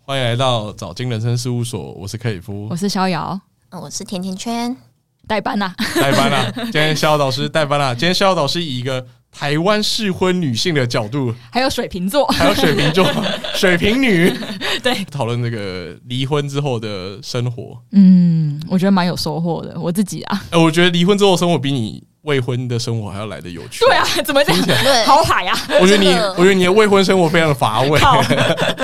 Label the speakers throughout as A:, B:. A: 欢迎来到早金人生事务所，我是克里夫
B: 我是逍遥，
C: 嗯，我是甜甜圈，
B: 代班啊呐、
A: 代班啦、今天逍遥导师代班啦、今天逍遥导师以一个台湾适婚女性的角度，
B: 还有水瓶座，
A: 还有水瓶 座、水瓶女，
B: 对，
A: 讨论这个离婚之后的生活。
B: 嗯，我觉得蛮有收获的，我自己啊，
A: 呃，我觉得离婚之后的生活比你未婚的生活还要来的有趣。
B: 对，啊，怎么这样？
C: 对，
B: 好海啊，
A: 我觉得你
C: 真的，
A: 我觉得你的未婚生活非常的乏味。
B: 靠，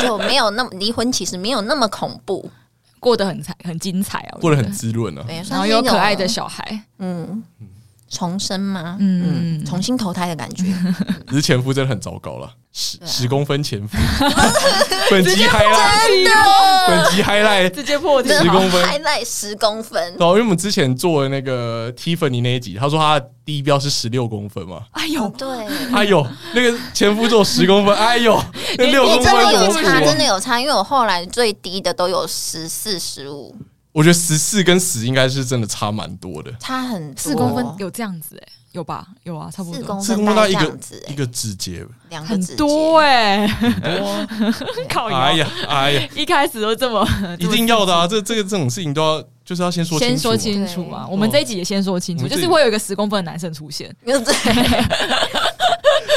C: 就没有那么离婚，其实没有那么恐怖，
B: 过得很彩，很精彩啊，我
A: 过得
B: 觉
A: 很，滋润啊，
C: 对，
B: 然
C: 算
B: 后
C: 是
B: 又有
C: 一种
B: 可爱的小孩，
C: 嗯重生嘛，
B: 嗯
C: 嗯，重新投胎的感觉，
A: 只是前夫真的很糟糕了，十
C: 对啊
A: 十公分 前夫，本集 highlight，
B: 真的
A: 本集 highlight
B: 直接破题
C: 真
A: 十
C: 的
A: 公分
C: 还赖十公分，
A: 对啊、因为我们之前做的那个 Tiffany 那一集，他说他的低标是十六公分嘛，
B: 哎呦，
C: 对，
A: 哎呦，那个前夫做十公分，哎呦，那六
C: 哎
A: 公
C: 真的
A: 分
C: 有
A: 怎
C: 差，
A: 么
C: 真
A: 补？
C: 的有差，因为我后来最低的都有十四、十五，
A: 我觉得十四跟十应该是真的差蛮多的，
C: 差很多
B: 四公分有这样子哎、有吧？有啊，差不
C: 四
B: 多，
C: 公
A: 四
C: 分
A: 公分到
C: 哦大
A: 一
C: 概这
A: 个
C: 样子，
A: 一
C: 哎
A: 个指节，
C: 两个
B: 很
C: 指节
B: 多哎、
A: 哇
B: 靠
A: 啊哎
B: 呀，
A: 呀，哎呀，
B: 一开始都这么，
A: 一定要的啊！这这个这种事情都要就是要先说清
B: 先
A: 楚
B: 说
A: 嘛，
B: 清楚嘛，
C: 对
B: 我们这一集也先说清
A: 我
B: 楚，
A: 们
B: 就
A: 这
B: 是会有一个十公分的男生出现，
C: 对，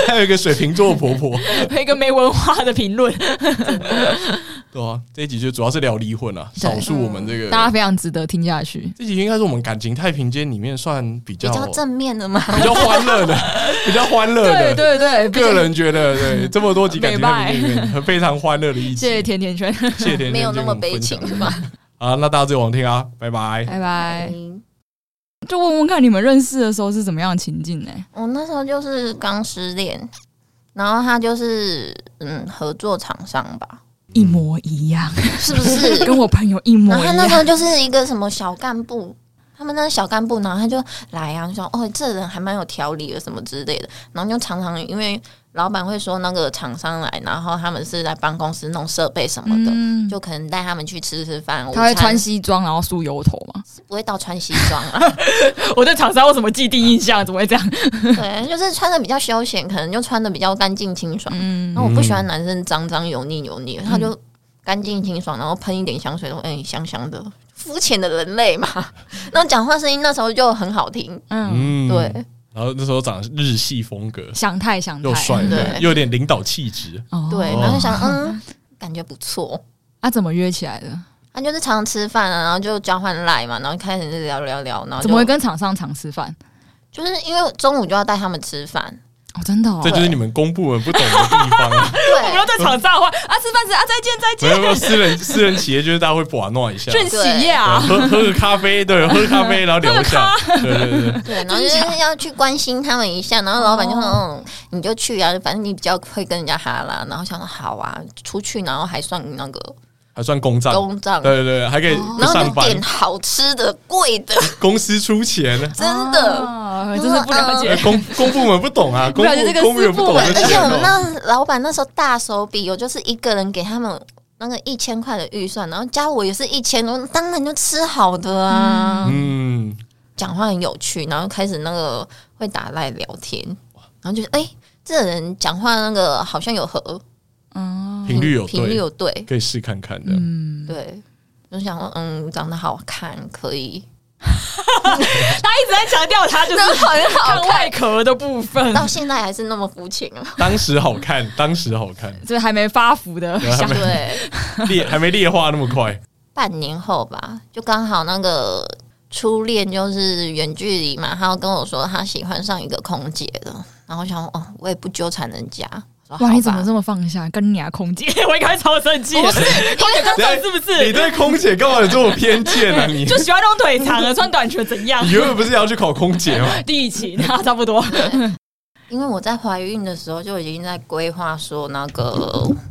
A: 还有一个水瓶座婆婆，
B: 有一个没文化的评论，
A: 对啊，这一集就主要是聊离婚啊，
B: 对嗯
A: 少数我们这个
B: 大家非常值得听下去。
A: 这集应该是我们感情太平间里面算比
C: 比
A: 较
C: 较正面的嘛，
A: 比较欢乐的，比较欢乐的。
B: 对对对，
A: 个人觉得，对这么多集感情
B: 美拜
A: 里 面非常欢乐的一集，
B: 谢谢甜甜圈，
A: 谢谢甜甜
C: 没有那么
A: 跟我
C: 悲
A: 们分
C: 情
A: 享
C: 嘛，
A: 啊！那大家自己往听啊，拜拜。
B: 拜拜。
C: 嗯
B: 就问问看你们认识的时候是怎么样的情境呢、
C: 我那时候就是刚失恋，然后他就是嗯合作厂商吧，
B: 一模一样，
C: 是不是？
B: 跟我朋友一模
C: 然后
B: 一
C: 他那
B: 样
C: 时。候就是一个什么小干部，他们那个小干部，然后他就来啊，就说哦这人还蛮有条理的什么之类的，然后就常常因为老板会说那个厂商来，然后他们是来帮公司弄设备什么的。
B: 嗯，
C: 就可能带他们去吃吃饭，午
B: 他会
C: 餐
B: 穿西装，然后梳油头嘛？
C: 不会到穿西装啊，
B: 我对厂商有什么既定印象？怎么会这样？
C: 对，就是穿的比较休闲，可能就穿的比较干净清爽。
B: 嗯
C: 然，后我不喜欢男生脏脏油腻油腻，他就干净清爽，然后喷一点香水，说哎、香香的，肤浅的人类嘛。 然后讲话声音那时候就很好听，
B: 嗯，
A: 嗯，
C: 对。。
A: 然后那时候长日系风格，
B: 想太想太
A: 又帅，
C: 对
A: 又有点领导气质。
B: 哦
C: 对，然后就想嗯，感觉不错。
B: 啊，怎么约起来的？
C: 他就是常常吃饭啊，然后就交换赖嘛，然后开始就聊聊聊，然后就
B: 怎么会跟厂商常吃饭？
C: 就是因为中午就要带他们吃饭，
B: 哦，真的哦
A: 这。就是你们公部门不懂的地方啊！
B: 我们
C: 对
B: 要在厂商的话啊，吃饭时啊，再见再
A: 没有没有，
B: 见，
A: 私人私人企业就是大家会把弄一下，
B: 顺喜宴
A: 对
B: 啊，
A: 喝喝个咖啡，对，喝个咖啡，然后聊一 下，对对对。
C: 对，然后就是要去关心他们一下，然后老板就说嗯，你就去啊，反正你比较会跟人家哈拉，然后想说好啊，出去然后还算那个
A: 还算公账，
C: 公账哦
A: 对对对，还可以不
C: 然后
A: 上
C: 就
A: 班，
C: 点好吃的、 贵的，
A: 公司出钱，
C: 真的。
B: 啊真是不了解
A: 呃。公公部门不懂啊，公
B: 了解这
A: 部公
B: 个
A: 部门
B: 私
A: 不
B: 部
A: 懂
B: 门
A: 这
C: 而且
A: 钱
C: 我们
A: 哦。
C: 那老板那时候大手笔，我就是一个人给他们那个一千块的预算，然后加我也是一千，我当然就吃好的啊。
A: 嗯，
C: 讲话很有趣，然后开始那个会打赖聊天，然后就是哎、这人讲话那个好像有和
B: 嗯，
A: 频率有
C: 频率
A: 对，
C: 有对，
A: 可以试看看的。
B: 嗯，
C: 对，就想说嗯长得好看可以，
B: 他一直在强调他就
C: 真
B: 是
C: 的很
B: 看
C: 好看，
B: 外壳的部分，
C: 到现在还是那么肤浅啊。
A: 当时好 看，当时好看，
B: 就是还没发福的
A: 对啊还
B: 想
A: 没
C: 对。
A: 裂还没裂化那么 快。
C: 半年后吧，就刚好那个初恋就是远距离嘛，他要跟我说他喜欢上一个空姐了，然后我想说哦，我也不纠缠人家。我说
B: 哇，
C: 好
B: 你怎么
C: 吧
B: 这么放下？跟你啊，空姐， 我一开始超生气的，
C: 不
B: 空姐跟上是不
A: 你
B: 是？
A: 对空姐干嘛有这么偏见啊？ 你
B: 就喜欢那种腿长的，穿短裙怎样
A: 你？原本不是也要去考空姐吗？
B: 第一期，然后差不 多。
C: 因为我在怀孕的时候就已经在规划说那个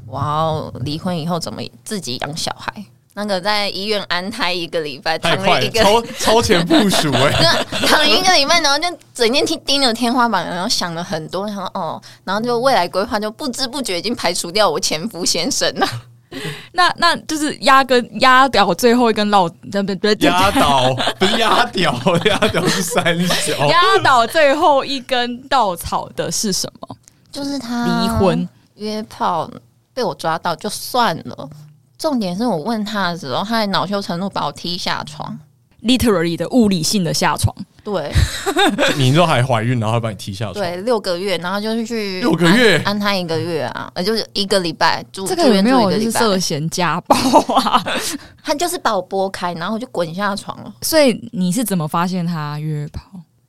C: 我要离婚以后怎么自己养小孩，那个在医院安胎一个礼拜，
A: 太
C: 躺
A: 快
C: 了一
A: 了，
C: 个。
A: 超超前部 署哎、
C: 躺一个礼拜，然后就整天盯盯着天花板，然后想了很多，然后哦，然后就未来规划就不知不觉已经排除掉我前夫先生 了。
B: 那那就是压根压掉最后一根落，对不对？
A: 压倒不是压屌， 压屌是三小。
B: 压倒最后一根稻草的是什么？
C: 就是他
B: 离婚。
C: 约炮被我抓到就算了，重点是我问他的时候，他还恼羞成怒把我踢下床。
B: literally 的物理性的下床，
C: 对
A: 你说还怀孕，然后还把你踢下床，
C: 对，六个月，然后就是去
A: 六个月
C: 安安胎一个月啊，呃，就是一个礼拜住
B: 这个有没
C: 住院
B: 有
C: 住
B: 就
C: 一
B: 是
C: 个礼
B: 涉
C: 拜？
B: 嫌家暴啊？
C: 他就是把我拨开，然后我就滚下床了。
B: 所以你是怎么发现他约炮？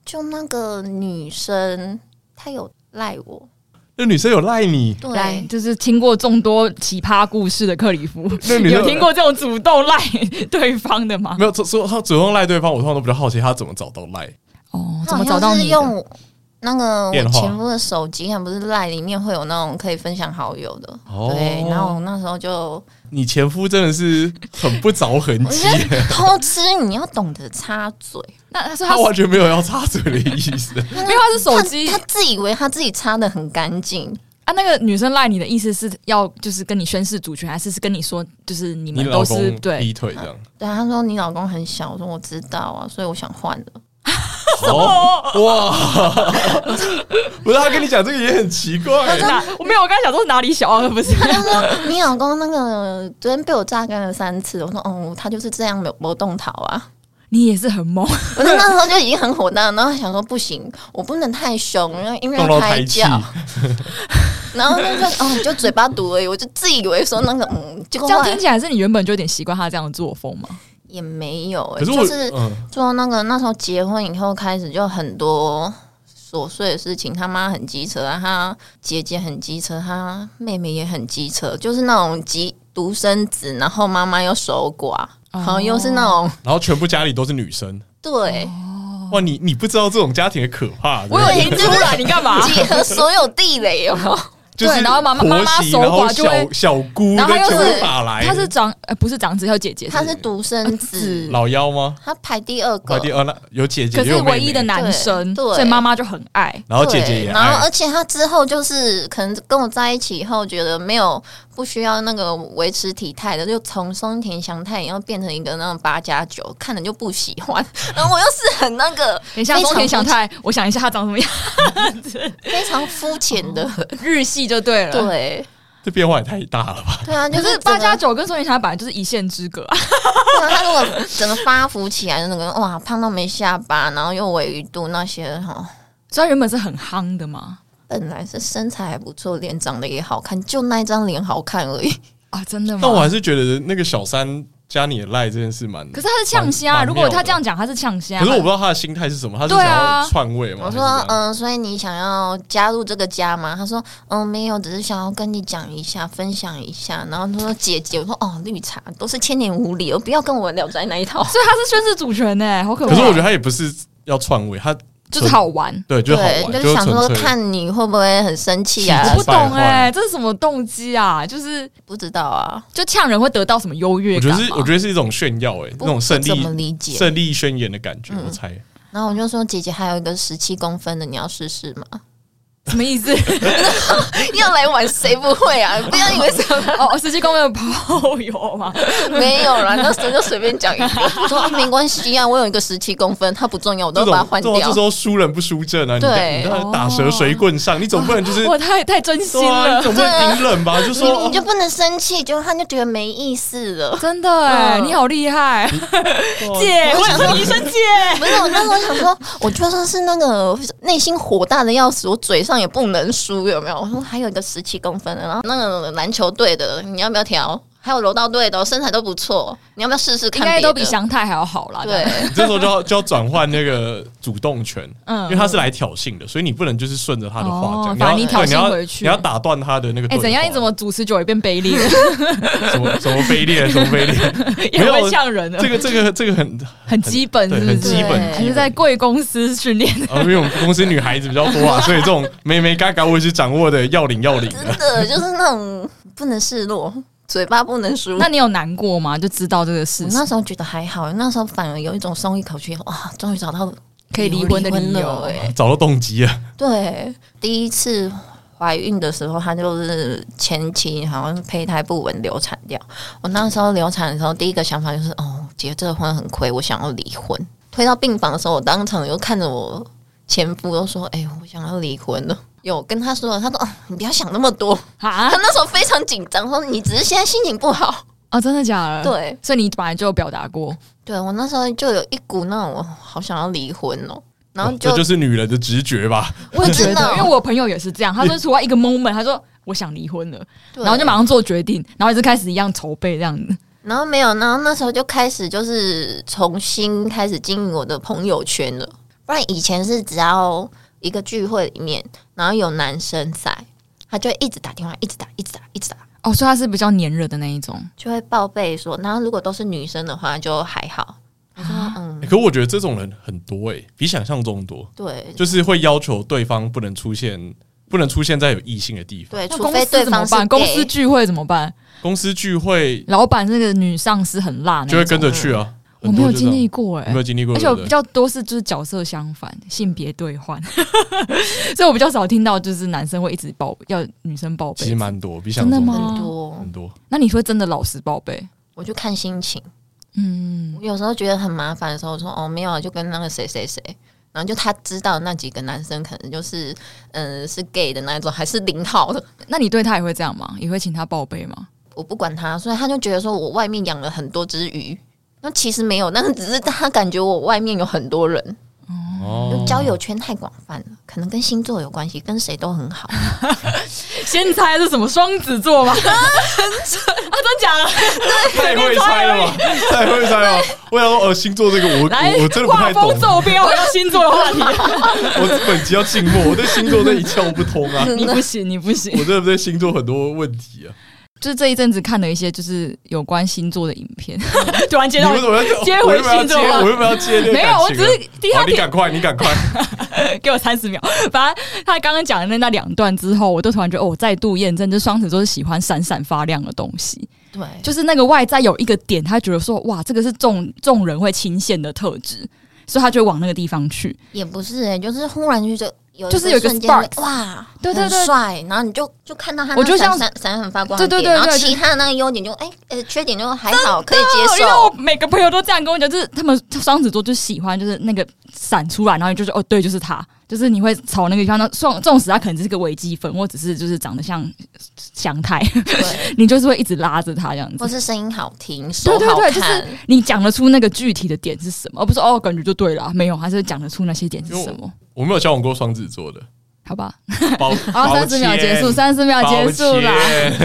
C: 就那个女生，她有赖我，
A: 那女生有赖你，
B: 来，
C: 对，
B: 就是听过众多奇葩故事的克里夫，
A: 那女生
B: 有听过这种主动赖 对方的
C: 啊
B: 吗？
A: 没有？说说他主动赖对方，我通常都比较好奇他怎么找到赖。
B: 哦，怎
C: 她好
B: 么找
C: 像
B: 到
C: 是
B: 你的？
C: 用我那个我
A: 电话
C: 前夫的手机，还不是赖里面会有那种可以分享好友的。
A: 哦
C: 对，然后我那时候就，
A: 你前夫真的是很不着痕
C: 我
A: 迹哎
C: 觉，得偷吃你要懂得插嘴，
B: 那他说他
A: 他
B: 是
A: 完全没有要插嘴的意思。
B: 因为他是手机
C: 他他自以为他自己插的很干净，
B: 啊，那个女生赖你的意思是要就是跟你宣誓主权，还是是跟你说就是你
A: 你
B: 们
A: 老
B: 都是
A: 公
B: 对？
A: 劈腿这 样，
C: 对，他说你老公很小，我说我知道啊，所以我想换了。
A: 哦哇， 不是他跟你讲这个也很奇怪，
B: 那我没有，我刚才想说哪里小啊，不 是？
C: 他就说你老公那个昨天被我榨干了三次，我说哦，他就是这样没有没动逃啊。
B: 你也是很猛，
C: 我那时候就已经很火大，然后想说不行，我不能太凶，因为因为
A: 动
C: 要
A: 到
C: 胎
A: 胎气
C: 教，，然后 那就哦就嘴巴毒而已，我就自以为说那个嗯，结果
B: 这
C: 后
B: 样
C: 来
B: 听起来是你原本就有点习惯他这样的作风嘛？
C: 也没有、欸，
A: 可是我
C: 就是
A: 嗯，
C: 做那个那时候结婚以后开始就很多琐碎的事情，他妈很机车啊，他姐姐很机车，他妹妹也很机车，就是那种极独生子，然后妈妈又守寡，然后又是那种
A: 然后全部家里都是女生，
C: 对。
A: 哇，你你不知道这种家庭的可怕，
B: 哦我有
A: 对
B: 听出来，你干嘛？
C: 结合 所有地雷哦，
A: 就是
B: 对然后妈妈妈妈
A: 婆媳
B: 守
A: 然后
B: 寡就会
A: 小小姑
B: 然后
A: 跟
B: 又
A: 全部
B: 是
A: 打来，
B: 他是长呃不是长子，他有姐姐，
C: 他
B: 是
C: 是独生子，
A: 老幺吗？
C: 他排第二个，
A: 怀第二那有姐姐，
B: 可
A: 也
B: 是
A: 有妹妹
B: 唯一的男生，
C: 对对
B: 所以妈妈就很爱。
A: 然后姐姐
C: 对，
A: 也
C: 然后
A: 爱
C: 而，且他之后就是可能跟我在一起以后，觉得没有不需要那个维持体态的，就从松田翔太也要变成一个那种八加九，看着就不喜 欢。然后我又是很那个
B: 等一下，
C: 非常
B: 松田翔太，我想一下他长什么样，
C: 非常肤浅的，
B: 日系就哦对了。
C: 对
A: 这变化也太大了吧？
C: 对啊，就
B: 可是
C: 是
B: 八加
C: 家
B: 九跟松田翔太本来就是一线之隔啊，
C: 他如果整个发福起来，那个哇胖到没下巴，然后又尾鱼肚那些哈。
B: 所以他原本是很夯的嘛。
C: 本来是身材还不错，脸长得也好看，就那一张脸好看而已。
B: 啊，真的吗？
A: 但我还是觉得那个小三加你的赖这件事蛮，
B: 可是他是呛
A: 蛮
B: 虾，
A: 蛮
B: 如果他
A: 妙的
B: 这样讲，他是呛虾。
A: 可是我不知道他的心态是什么，他是
B: 对
A: 想
B: 啊
A: 要篡位吗？
C: 我说
A: 还是怎样
C: 嗯，所以你想要加入这个家吗？他说嗯，没有，只是想要跟你讲一下，分享一下。然后他说姐姐，我说哦，绿茶都是千年无理，我不要跟我聊在那一套。
B: 所以他是宣誓主权呢、欸好可怕。
A: 可是我觉得他也不是要篡位，他
B: 就是好玩，
A: 对就是好
C: 对，
A: 玩，
C: 就是
A: 是
C: 想
A: 纯
C: 说
A: 粹
C: 看你会不会很生气啊
A: 是
B: 我？不懂
A: 呃败坏
B: 哎、这是什么动机啊？就是
C: 不知道啊，
B: 就呛人会得到什么优越
A: 我
B: 感
A: 觉
B: 吗？
A: 得是，我觉得是一种炫耀、欸，哎，
C: 不
A: 那种胜
C: 不怎么
A: 利
C: 理解？嗯
A: 胜利宣言的感觉，我猜。
C: 然后我就说姐姐还有一个十七公分的，你要试试吗？
B: 什么 意思？
C: 要来玩谁不会啊？不要以为什么
B: 哦，十七公分的炮友嘛，
C: 没有啦，那时候就随便讲一个，说没关系啊，我有一个十七公分，它不重要，我
A: 这
C: 都
A: 种
C: 把它换
A: 这种这
C: 掉
A: 时。候输人不输阵啊！你
C: 对
A: 你让打蛇随棍上，你总不能 就是
B: 我太太真心
A: 对啊，
B: 了
A: 你，总不能隐忍吧？就
C: 你
A: 说
B: 哦
C: 你就不能生气，就他就觉得没意思了。
B: 真的哎、
C: 嗯
B: 你好厉害，
A: 哦
B: 姐，
C: 我
B: 我想
C: 想说
B: 说你医生姐，
C: 不是我那时候想说， 我就算是那个内心火大的要死，我嘴上也不能输，有没有？我说还有一个十七公分的，然后那个篮球队的，你要不要调？还有柔道队的、身材都不错，你要不要试试
B: 应
C: 看别的？
B: 该都比祥太还要好啦。
C: 对，
A: 你这时候就要就要转换那个主动权，
B: 嗯
A: 因为他是来挑衅的，所以你不能就是顺着他的话
B: 哦
A: 讲，你
B: 把
A: 要
B: 你
A: 对
B: 挑衅
A: 你要
B: 回去
A: 你要打断他的那个
B: 哎、
A: 对话。
B: 怎样？你怎么主持久也变卑 劣，
A: 什么什么卑劣，什么卑劣？
B: 也会呛人了？
A: 这个这个这个很
B: 很基本，
A: 对
B: 是不
A: 很
B: 是？
A: 基本
C: 对，
A: 基
B: 还是
A: 本
B: 在贵公司训练？
A: 啊，因为我们公司女孩子比较多啊，所以这种妹妹嘎嘎我也是掌握的要领要领的。
C: 真的就是那种不能示弱，嘴巴不能 输。
B: 那你有难过吗？就知道这个事
C: 我
B: 情
C: 那时候觉得还好，那时候反而有一种松一口气，哇，终于找到
B: 可以离婚的理
C: 离
B: 由
C: 了、哎。
A: 啊找到动机了，
C: 对，第一次怀孕的时候，她就是前期好像胚胎不稳流产掉。我那时候流产的时候，第一个想法就是哦，结这个婚很亏，我想要离婚。推到病房的时候，我当场又看着我前夫，又说：“哎、我想要离婚了。”有跟他说了，他说：“哦，你不要想那么多。”
B: 啊
C: 他？那时候非常紧张，说：“你只是现在心情不好。
B: 哦，真的假的？，
C: 对，
B: 所以你本来就有表达过，
C: 对我那时候就有一股那种我好想要离婚哦，然后
A: 哦
C: 就
A: 这就是女人的直觉吧？
B: 我也觉
C: 真的
B: 得，
C: 哦
B: 因为我朋友也是这样，他说突然一个 moment，他说我想离婚了，
C: 对
B: 然后就马上做决定，然后一直开始一样筹备这样子。
C: 然后没有，然后那时候就开始就是重新开始经营我的朋友圈了。不然以前是只要一个聚会里面，然后有男生在，他就会一直打电话，一直打，一直打，一直打，
B: 哦，所以他是比较黏人的那一种。
C: 就会报备说。然后如果都是女生的话，就还好。他说嗯，
A: 欸可我觉得这种人很多诶、比想象中多，
C: 对
A: 就是会要求对方不能出现，不能出现在有异性的地方。
C: 对，
B: 那哦
C: 除
B: 公
C: 非
B: 司
C: 对
B: 怎么
C: 方是
B: 办？公司
C: gay
B: 聚会怎么办？
A: 公司聚会
B: 老板那个女上司很辣那一
A: 就会
B: 种，
A: 跟着去啊，
B: 我
A: 很
B: 没
A: 多
B: 有
A: 就这
B: 经
A: 样
B: 历过哎、
A: 你没有经历过，
B: 而且
A: 对
B: 我
A: 不对
B: 比较多是就是角色相反，性别兑换， 所以我比较少听到就是男生会一直报要女生报
A: 其实
B: 备。
A: 蛮多，比想象
B: 真
A: 中
B: 的吗
C: 很多，
A: 很多。
B: 那你会真的老实报备？
C: 我就看心情。
B: 嗯，
C: 有时候觉得很麻烦的时候，我说哦没有啊，就跟那个谁谁谁，然后就他知道那几个男生可能就是嗯、呃是 gay 的那一种，还是零号的，
B: 那你对他也会这样吗？也会请他报备吗？
C: 我不管他，所以他就觉得说我外面养了很多只鱼。那其实没有，那只是他感觉我外面有很多人，
A: 哦
C: 就嗯交友圈太广泛了，可能跟星座有关系，跟谁都很好。
B: 先猜是什么双子座吗？啊， 真假的？
A: 太会猜了吧，太会猜了吧。我想说，呃，星座这个我
B: 来
A: 我我真的不
B: 画
A: 太懂
B: 风，骤变，回到星座的话题。
A: 我本集要静默，我对星座那一窍不通 啊，
B: 你不行，你不行
A: 我。真的对星座很多问题啊。
B: 就是这一阵子看了一些就是有关星座的影片，突然接
A: 你
B: 到
A: 为什么要
B: 接
A: 我
B: 回
A: 又没有
B: 星座
A: 接，
B: 吗
A: 我又没有接这个
B: 没有，我
A: 感情
B: 只
A: 啊
B: 是第一
A: 好
B: 他
A: 你
B: 听
A: 赶快，你赶快，
B: 给我三十秒。反正他刚刚讲的那那两段之后，我都突然觉得，哦，我再度验证，就双子座是喜欢闪闪发亮的东西，
C: 对，
B: 就是那个外在有一个点，他觉得说，哇，这个是众众人会倾羡的特质，所以他就往那个地方去。
C: 也不是、欸，就是忽然就就有
B: 就是有一个
C: 瞬间会
B: spark
C: 哇，
B: 对对对
C: 很帅，然后你就就看到他那
B: 我就像
C: 闪嗯闪闪很发光
B: 对
C: 的
B: 对
C: 点，
B: 对
C: 然后
B: 对
C: 其他的那个优点就哎呃、缺点就还好可以接
B: 啊因为我
C: 受，
B: 每个朋友都这样跟我讲，就是他们双子座就喜欢就是那个闪出来，然后你就说哦，对，就是他，就是你会朝那个地方。那纵纵使他可能只是个微积分，或只是就是长得像祥太，
C: 对，
B: 你就是会一直拉着他这样子
C: 或。是声音好听，
B: 对
C: 手
B: 对
C: 好
B: 对，
C: 看，
B: 就是你讲得出那个具体的点是什么，而不是哦，感觉就对了，没有，还是讲得出那些点是什么，
A: 我没有交往过双子座 的，
B: 好吧？
A: 抱
B: 好，哦三十秒结束，，三十秒
A: 抱歉
B: 结束啦。。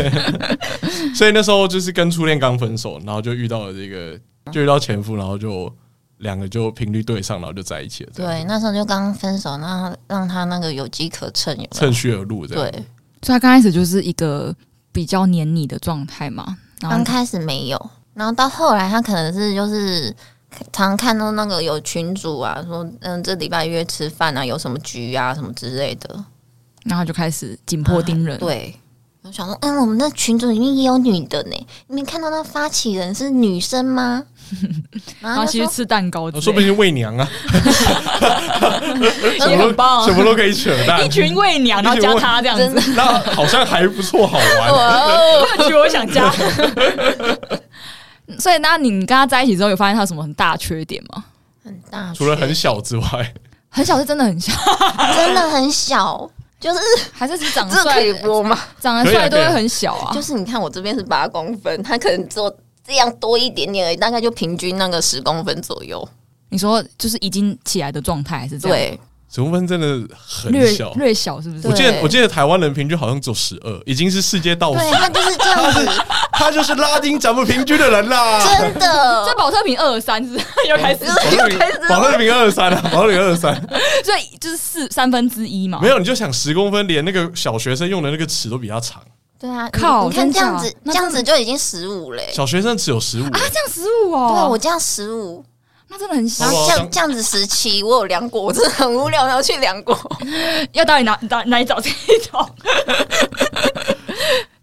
A: 所以那时候就是跟初恋刚分手，然后就遇到了这个，就遇到前夫，然后就两个就频率对上，然后就在一起了。这样
C: 对，，那时候就刚分手，那让他那个有机可乘，有没有
A: 趁虚而入这样。
C: 对，
B: 所以他刚开始就是一个比较黏你的状态嘛，然
C: 刚
B: 后
C: 开始没有，然后到后来他可能是就是常看到那个有群主啊，说嗯这礼拜约吃饭啊，有什么局啊什么之类的，
B: 然后就开始紧迫盯人，
C: 对。我想说，嗯，我们那群组里面也有女的呢，你没看到那发起人是女生 吗？然
B: 然
C: 后
B: 后
C: 他就
B: 其实
C: 说，
B: 吃蛋糕之类的，
A: 说不定是媚娘啊，什
B: 也
A: 么
B: 很棒啊
A: 什么都可以扯淡
B: 一。群喂鸟，然后加他这样
C: 真
B: 子
C: 的，
A: 那好像还不错，好玩。
B: 这个局我 想加。所以，那你跟他在一起之后，有发现他有什么很大的缺点吗？
C: 很大，
A: 除了很，小之外，
B: 很小是真的很小，
C: 真的很小，就是
B: 还是只长得
C: 这可
B: 帅
C: 以播吗？
B: 长得帅都会很小啊，
C: 就是你看我这边是八公分，他可能只有这样多一点点而已，大概就平均那个十公分左右。
B: 你说就是已经起来的状态还是这样，
C: 对，
A: 十公分真的很
B: 略
A: 小。
B: 略小是不是
A: 我？记得
C: 对
A: 我记得台湾人平均好像只有十二，已经是世界倒数。
C: 对，他啊就是这样子，
A: 他就是拉丁咱们平均的人 啦。
C: 真的
B: 这。保特瓶二三是 不是又开 始，
A: 保乐瓶，保乐瓶二三啊，保乐瓶二三，
B: 所以就是四三分之一嘛。
A: 没有你就想十公分，连那个小学生用的那个尺都比他长，
C: 对啊，你
B: 靠
C: 你看
B: 真
C: 这
B: 假
C: 样子，
B: 那
C: 这
B: 真
C: 样
B: 的
C: 子就已经十五嘞。
A: 小学生尺有十五，
B: 啊，这样十五哦，
C: 对啊，我这样十五，
B: 那真的很小
C: 然。
A: 好
C: 后
A: 吧
C: 这
A: 当
C: 样这样子十七，我有量过，我真的很无聊，然后去量过。
B: 要到底哪哪哪里找这一 种？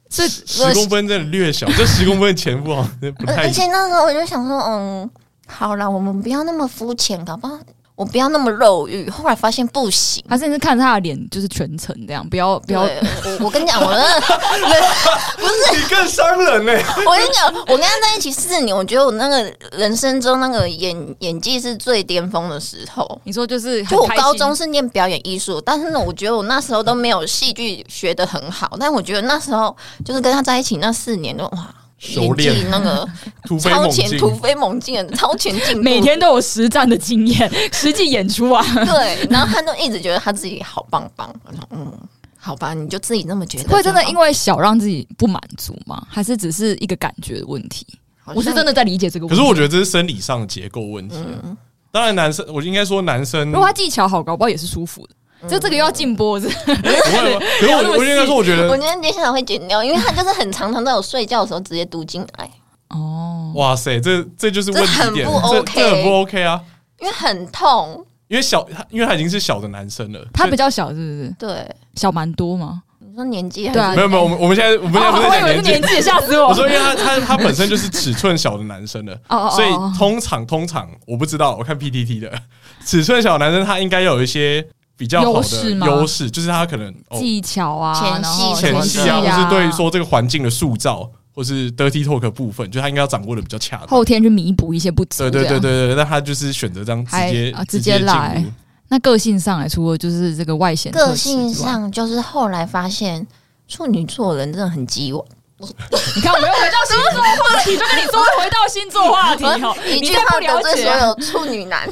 B: 所以
A: 十公分真的略小，这十公分的前夫好 像不
C: 而
A: 太
C: 而。且那时候我就想说，嗯，好啦，我们不要那么肤浅，搞不好我不要那么肉欲。后来发现不行，
B: 还是你是看着他的脸，就是全程这样，不要不
C: 对，
B: 要。
C: 我我跟你讲，我那
A: 你更伤人呢、
C: 我跟你讲，我跟他在一起四年，我觉得我那个人生中那个演演技是最巅峰的时候。
B: 你说就是很
C: 就我
B: 开心
C: 高中是念表演艺术，但是呢，我觉得我那时候都没有戏剧学的很好，但我觉得那时候就是跟他在一起那四年就哇，
A: 修
C: 演技
A: 炼，
C: 那个
A: 突飞
C: 超
A: 猛
C: 前
A: 进，
C: 突飞猛进，超前进步，
B: 每天都有实战的经验，实际演出 啊，
C: 对，然后他就一直觉得他自己好棒棒，我说嗯，好吧，你就自己那么觉得就好，
B: 会真的因为小让自己不满足吗？还是只是一个感觉的问题？
C: 好像
B: 我是真的在理解这个问
A: 可
B: 题。
A: 是我觉得这是生理上的结构问题啊、
C: 嗯
A: 当然，男生我应该说男生
B: 如果他技巧好，搞不好也是舒服的。
C: 嗯
B: 这这个又要禁播，是
A: 不会，可是
B: 聊那
A: 我
B: 么
A: 我应该说，我觉
C: 我
A: 得
C: 今天接下来会剪掉，因为他就是很常常在我睡觉的时候直接读进来，
B: 哦，
A: 哇塞，这这就是问题点，
C: 这很不
A: 这
C: OK
A: 这很不 OK 啊！
C: 因为很痛。
A: 因为小，他因为他已经是小的男生了，
B: 他比
A: 较
B: 较小，是不是
C: 对，
B: 小蛮多吗？
C: 你说年纪还
B: 对啊
C: 是
A: 没有没有，我们我们现在我们现在不是
B: 哦我以
A: 在
B: 为是
A: 讲
B: 年
A: 年纪，
B: 纪，吓死我！
A: 我说因为他他他本身就是尺寸小的男生了，
B: 哦哦哦
A: 所以通常通常我不知道，我看 PTT 的 尺寸小男生他应该有一些比较好
B: 优势
A: 的
B: 吗
A: 优势，就是他可能哦
B: 技巧啊，
C: 前戏
B: 然后
A: 前
B: 什么
A: 戏啊，
B: 技
A: 或是对于说这个环境的塑造，或是 dirty talk 的部分，就他应该要掌握的比较恰当。
B: 后天去弥补一些不足。
A: 对对
B: 这
A: 对对
B: 样。
A: 对，但他就是选择这样直接
B: 还啊直
A: 直
B: 接
A: 接进
B: 来
A: 入
B: 那个性上来，除了就是这个外显
C: 个
B: 特质
C: 性
B: 之外，
C: 上，就是后来发现处女座的人真的很鸡我，
B: 你看我们又回到星座话题，就跟你说回到星座
C: ，
B: 话题哦
C: 一
B: 你
C: 句
B: 再不
C: 话
B: 了
C: 得罪
B: 解
C: 所
B: 啊，
C: 有处女 男，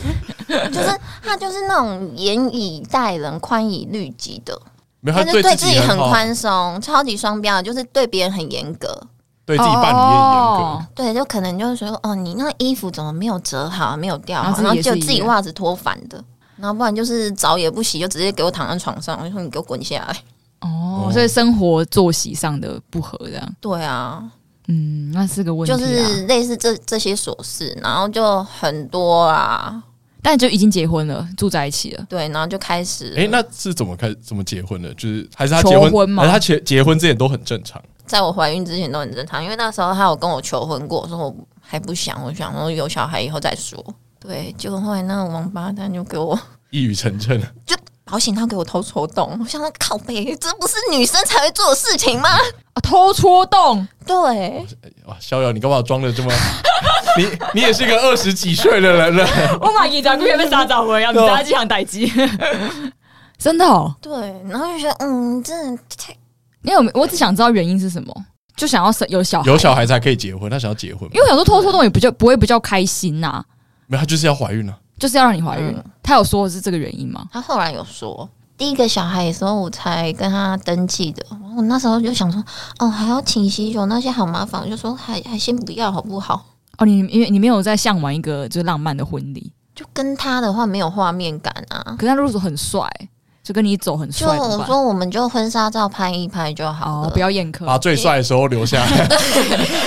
C: 就是他就是那种严以待人、宽以律己的，
A: 没有
C: 他
A: 他
C: 就
A: 对
C: 对
A: 自
C: 自己很
A: 很好，
C: 宽松，超级双标，就是对别人很严格。
A: 对自己伴侣也很严格
B: 哦。
C: 对，就可能就是说，哦，你那衣服怎么没有折好，啊没有吊
B: 然后
C: 好，
B: 啊自己
C: 然后
B: 也
C: 就是自己
B: 一样
C: 袜子脱反的，然后不然就是澡也不洗，就直接给我躺在床上，我就说你给我滚下来。
B: 哦
A: 哦，
B: 所以生活作息上的不合，这样，
C: 对啊，
B: 嗯，那是个问题、
C: 就
B: 啊。
C: 是类似这这些琐事，然后就很多啊，
B: 但就已经结婚了，住在一起了，
C: 对，然后就开始，
A: 哎，那是怎么开怎么结婚的？就是还是他
B: 求
A: 结
B: 婚吗
A: 还是他结结婚之前都很正常。
C: 在我怀孕之前都很正常，因为那时候他有跟我求婚过，我说我还不想，我想说有小孩以后再说。对，结果后来那个王八蛋就给我
A: 一语成谶，
C: 保险套给我偷抽动，我想说靠背，这不是女生才会做的事情吗？
B: 啊、偷戳洞，
C: 对，
A: 哇！逍遥，你干嘛装的这么？你你也是个二十几岁的人了，
B: 我
C: Oh
B: 马伊长原本傻找回啊，
A: 对啊不知道
B: 机场待机， 真的哦。
C: 对，然后就觉得嗯，真的太
B: 因为我们我只想知道原因是什么，就想要生有小孩，
A: 有小孩才可以结婚，他想要结婚吗，
B: 因为我想说偷戳洞也不就不会比较开心呐、
A: 没有他就是要怀孕了。
B: 就是要让你怀孕
C: 嗯。
B: 他有说是这个原因吗？
C: 他后来有说，第一个小孩的时候我才跟他登记的，然后我那时候就想说，哦，还要请喜酒那些好麻烦，我就说还还先不要好不好？
B: 哦，你因为你没有在向往一个就是浪漫的婚礼，
C: 就跟他的话没有画面感啊，
B: 可是他如果很帅，就跟你走很
C: 就
B: 帅怎么
C: 我
B: 办？
C: 说呃我们就婚纱照拍一拍就好了。
B: 哦，不要宴客
A: 把最帅的时候留下来，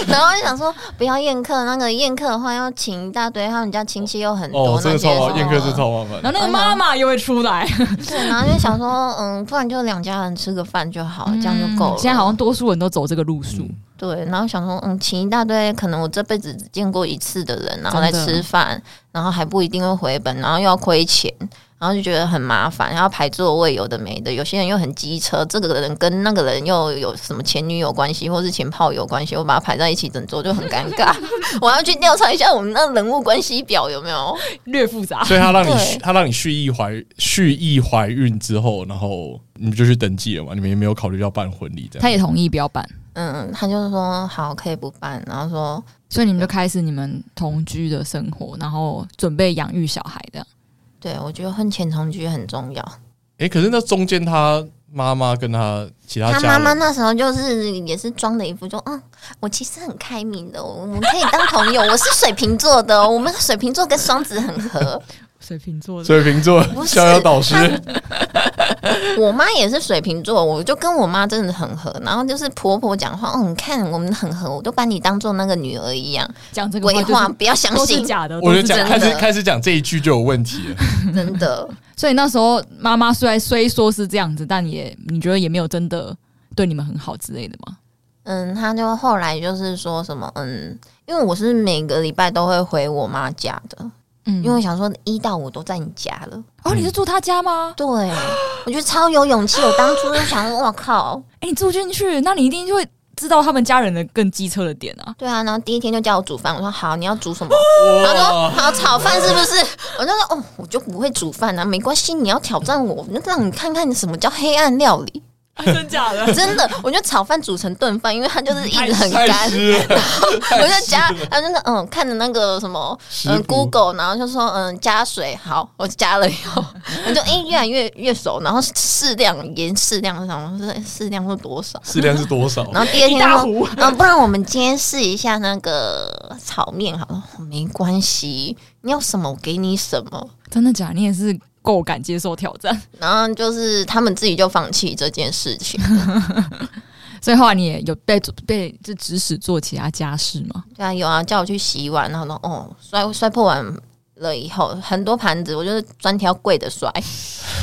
C: 然后我就想说不要宴客，那个宴客的话要请一大堆，他们家亲戚又很多，
A: 哦，真的
C: 那
A: 超麻烦，
C: 些什么
A: 宴客是超麻烦。
B: 然后那个妈妈也会出来，
C: 对，然后就想说，嗯，不然就两家人吃个饭就好了，哦这样就够了。
B: 嗯现在好像多数人都走这个路数，
C: 对，然后想说，嗯，请一大堆可能我这辈子只见过一次的人，然后来
B: 真的
C: 吃饭，然后还不一定会回本，然后又要亏钱，然后就觉得很麻烦，然后排座位有的没的，有些人又很机车，这个人跟那个人又有什么前女友关系，或是前炮友关系，我把它排在一起，整桌就很尴尬。 我要去调查一下我们那人物关系表有没有。
B: 略复杂。
A: 所以他让你
C: 啊对
A: 他让你蓄意怀蓄意怀孕之后，然后你们就去登记了嘛？你们也没有考虑要办婚礼这样
B: 他。也同意不要办，
C: 嗯，他就说好，可以不办，然后说
B: 所以你们就开始你们同居的生活，然后准备养育小孩这样。
C: 对我觉得婚前同居很重要。
A: 哎、可是那中间他妈妈跟他其他
C: 他
A: 家
C: 妈妈
A: 人，
C: 那时候就是也是装的一副就嗯，我其实很开明的，我们可以当朋友。我是水瓶座的哦，我们水瓶座跟双子很合。
B: 水瓶座
A: 水瓶座
C: 不是
A: 逍遥导师，
C: 我妈也是水瓶座，我就跟我妈真的很合。然后就是婆婆讲话，嗯，你看我们很合，我都把你当做那个女儿 一样。
B: 讲这个
C: 鬼
B: 话
C: 话
B: 就是
C: 不要相
B: 都是
C: 信，
B: 假的，
A: 我就
B: 都是
A: 讲
C: 真
A: 开
C: 的
A: 始开始讲这一句就有问题 了。
C: 真的。
B: 所以那时候妈妈虽然虽说是这样子，但也你觉得也没有真的对你们很好之类的吗？
C: 嗯，他就后来就是说什么，嗯，因为我是每个礼拜都会回我妈家的，
B: 嗯
C: 因为我想说一到五都在你家了。
B: 哦，你是住他家吗？
C: 对，我觉得超有勇气。我当初就想，我靠。
B: 哎、你住进去，那你一定就会知道他们家人的更机车的点啊。
C: 对啊，然后第一天就叫我煮饭，我说好，你要煮什么？他说
A: 哇，
C: 好，炒饭是不是？我就说哦，我就不会煮饭啊，没关系，你要挑战我，我就让你看看什么叫黑暗料理。
B: 真假 的？
C: 真的，我觉得炒饭煮成炖饭，因为它就是一直很
A: 太
C: 干，
A: 湿了，
C: 我就加，他就是嗯，看着那个什么，
A: 食
C: 嗯
A: 谱
C: ，Google，然后就说嗯，加水，好，我加了以后，我就哎、诶越来越越熟，然后适量盐适量，然后是适量是多少？
A: 适量是多少？
C: 然后第二
B: 一
C: 天
B: 大
C: 说，
B: 壶，
C: 嗯，不然我们今天试一下那个炒面好了，哦没关系，你要什么我给你什么。
B: 真的假的？你也是够敢接受挑战，
C: 然后就是他们自己就放弃这件事情，
B: 所以后来你也有被被就指使做其他家事吗？
C: 对啊，有啊，叫我去洗碗，然后说哦，摔摔破碗了以后，很多盘子我就是专挑贵的摔，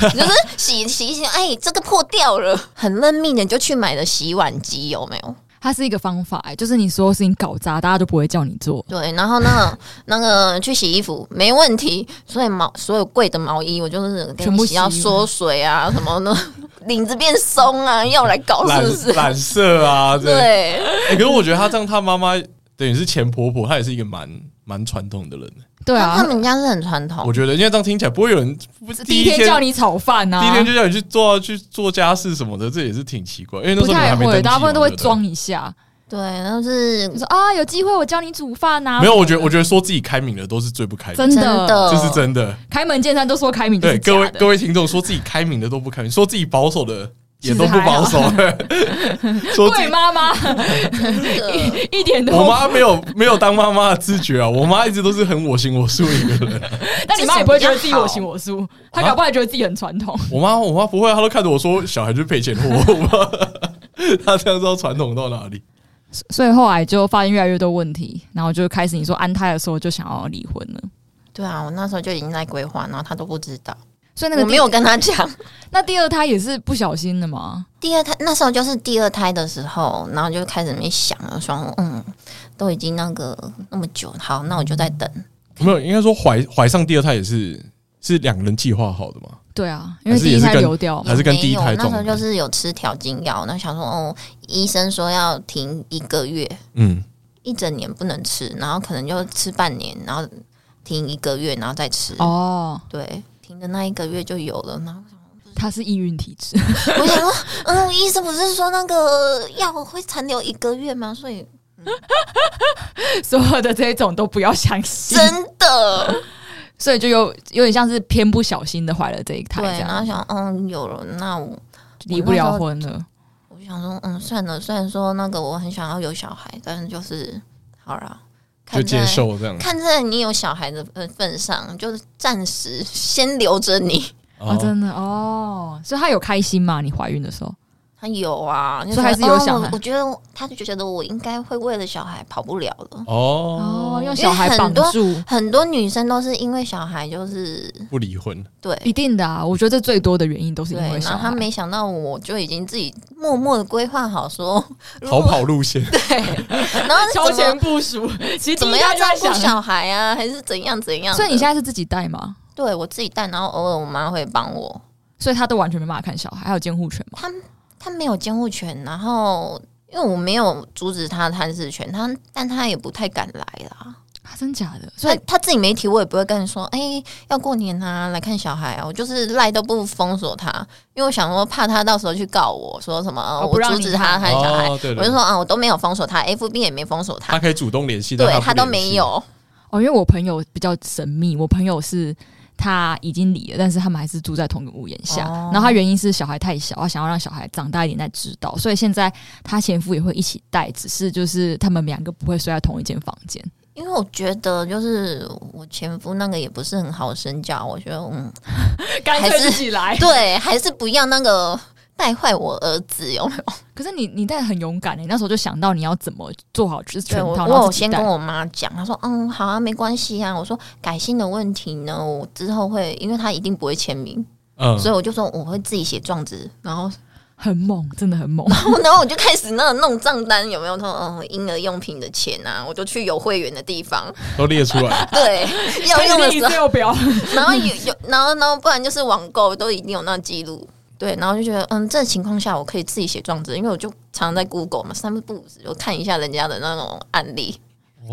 C: 就是洗洗一洗，哎，这个破掉了，很认命的就去买了洗碗机，有没有？
B: 它是一个方法、欸，就是你所有事情搞砸，大家就不会叫你做。
C: 对，然后那个那个去洗衣服没问题，所以毛所有贵的毛衣我就是给
B: 全部
C: 你
B: 洗
C: 洗到缩水啊，什么的， 领子变松啊，要来搞是不
A: 染
C: 是？
A: 染色啊，这
C: 对，
A: 欸可是我觉得她这样，她妈妈等于是前婆婆，她也是一个蛮蛮传统的人。
B: 对
C: 他
B: 啊，
C: 们家是很传统
A: 我，觉得，因为这样听起来不会有人不
B: 第一
A: 一天
B: 天叫你炒饭啊，
A: 第一天就叫你去做去做家事什么的，这也是挺奇怪。因为那
B: 不
A: 时候你们还
B: 太
A: 没
B: 会，
A: 登记嘛
B: 大部分都会。
A: 对
B: 装一下，
C: 对，然后是
B: 就说啊，有机会我教你煮饭
A: 不对
B: 啊。
A: 没有，我觉得我觉得说自己开明的都是最不开明的，
B: 真
C: 真
B: 的
C: 的，
A: 这是真的。
B: 开门见山都说开明就
A: 对
B: 是
A: 各位
B: 假的
A: 各位听众，说自己开明的都不开明，说自己保守的也都
B: 其
A: 不
B: 实还好
A: 保守， 说自
B: 贵
A: 己。
B: 妈妈
C: 的。
B: 一点都
A: 我
B: 不，
A: 妈没有没有当妈妈的自觉啊，我妈一直都是很我行我素一个人。
B: 但你妈也不会觉得自己
C: 这种比较
B: 我行我素，她
A: 啊
B: 搞不好也觉得自己很传统。
A: 我妈我妈不会啊，她都看着我说小孩就是赔钱货， 她这样知道传统到哪里。
B: 所以后来就发现越来越多问题，然后就开始你说安胎的时候就想要离婚了。
C: 对啊，我那时候就已经在规划，然后他都不知道，
B: 所以那个
C: 我
B: 第
C: 没有跟他讲。
B: 那第二胎也是不小心的嘛？
C: 第二胎那时候就是第二胎的时候，然后就开始没想了，说嗯，都已经那个那么久，好，那我就在等。
A: 没有，应该说怀怀上第二胎也是是两人计划好的嘛。
B: 对啊，因为第一胎流掉
A: 还，是跟第一
C: 也没
A: 胎
C: 有，那
A: 撞
C: 时
A: 的
C: 候就是有吃调经药，那想说哦，医生说要停一个月，
A: 嗯，
C: 一整年不能吃，然后可能就吃半年，然后停一个月，然后再吃。
B: 哦，
C: 对，停的那一个月就有了，然后
B: 她是易孕体质，
C: 我想说， 嗯，医生不是说那个药会残留一个月吗？所以
B: 所有的这一种都不要相信，
C: 真的，
B: 所以就有有点像是偏不小心的怀了这一胎
C: 对，
B: 这
C: 然后
B: 样，
C: 想，嗯，有了，那我
B: 离不了婚了。
C: 我就想说，嗯，算了，虽然说那个我很想要有小孩，但是就是好了，
A: 就
C: 看
A: 接
C: 在
A: 受这样。
C: 看在你有小孩的份份上，就是暂时先留着你。
B: 哦，真的哦，所以她有开心吗？你怀孕的时候，
C: 他有啊，就
B: 所以还是
C: 说
B: 有
C: 哦
B: 小孩
C: 我我觉得他就觉得我应该会为了小孩跑不了了。
A: 哦
B: 哦，用小孩绑住，
C: 很多女生都是因为小孩，就是
A: 不离婚，
C: 对，
B: 一定的啊，我觉得这最多的原因都是
C: 对，
B: 因为
C: 然
B: 小
C: 后他
B: 孩。
C: 没想到，我就已经自己默默的规划 好说，如
A: 逃
C: 果
A: 跑路线。
C: 对，然后
B: 超
C: 怎么
B: 前部署，其实
C: 怎么
B: 第一
C: 样
B: 胎就
C: 照
B: 在
C: 顾
B: 想
C: 小孩啊，还是怎样怎样的。
B: 所以你现在是自己带吗？
C: 对我自己带，然后偶尔我妈会帮我。
B: 所以他都完全没办法看小孩，还有监护权嘛？
C: 她她没有监护权，然后因为我没有阻止她的探视权，她但她也不太敢来啦。
B: 啊，真假的？所
C: 所
B: 以
C: 以她自己没提，我也不会跟你说，哎、要过年啊，来看小孩啊。我就是赖都不封锁她，因为我想说怕她到时候去告我说什么，呃
B: 哦不
C: 我
B: 让
C: 阻
B: 你
C: 止她
B: 看
C: 看小孩。
A: 哦对对
C: 我就说啊，我都没有封锁她，FB 也没封锁她
A: 他，可以主动联系，
C: 对
A: 但
C: 她
A: 他
C: 都没。有。
B: 哦，因为我朋友比较神秘，我朋友是他已经离了，但是他们还是住在同一个屋檐下。
C: 哦
B: 然后他原因是小孩太小，他想要让小孩长大一点再知道，所以现在他前夫也会一起带，只是就是他们两个不会睡在同一间房 间。
C: 因为我觉得，就是我前夫那个也不是很好身教，我觉得，嗯，
B: 干
C: 脆自
B: 己来。
C: 对，还是不要那个带坏我儿子有没有？
B: 可是你你带很勇敢诶、你欸那时候就想到你要怎么做好就是全
C: 对我，
B: 套，然后
C: 我有
B: 自己
C: 先
B: 带
C: 跟。我妈讲，她说，嗯，好啊，没关系啊。我说改姓的问题呢，我之后会，因为他一定不会签名，
A: 嗯，
C: 所以我就说我会自己写状子，然后，
B: 很猛，真的很猛。
C: 然后我就开始那个弄账单，有没有？他说，嗯，婴儿用品的钱啊，我就去有会员的地方，
A: 都列出 来。
C: 对，要用的时候，
B: 候表，
C: 然后有有，然后然后不然就是网购都已经有那记录，对，然后就觉得嗯，这情况下我可以自己写状子，因为我就常常在 Google 嘛，三不五时就看一下人家的那种案例。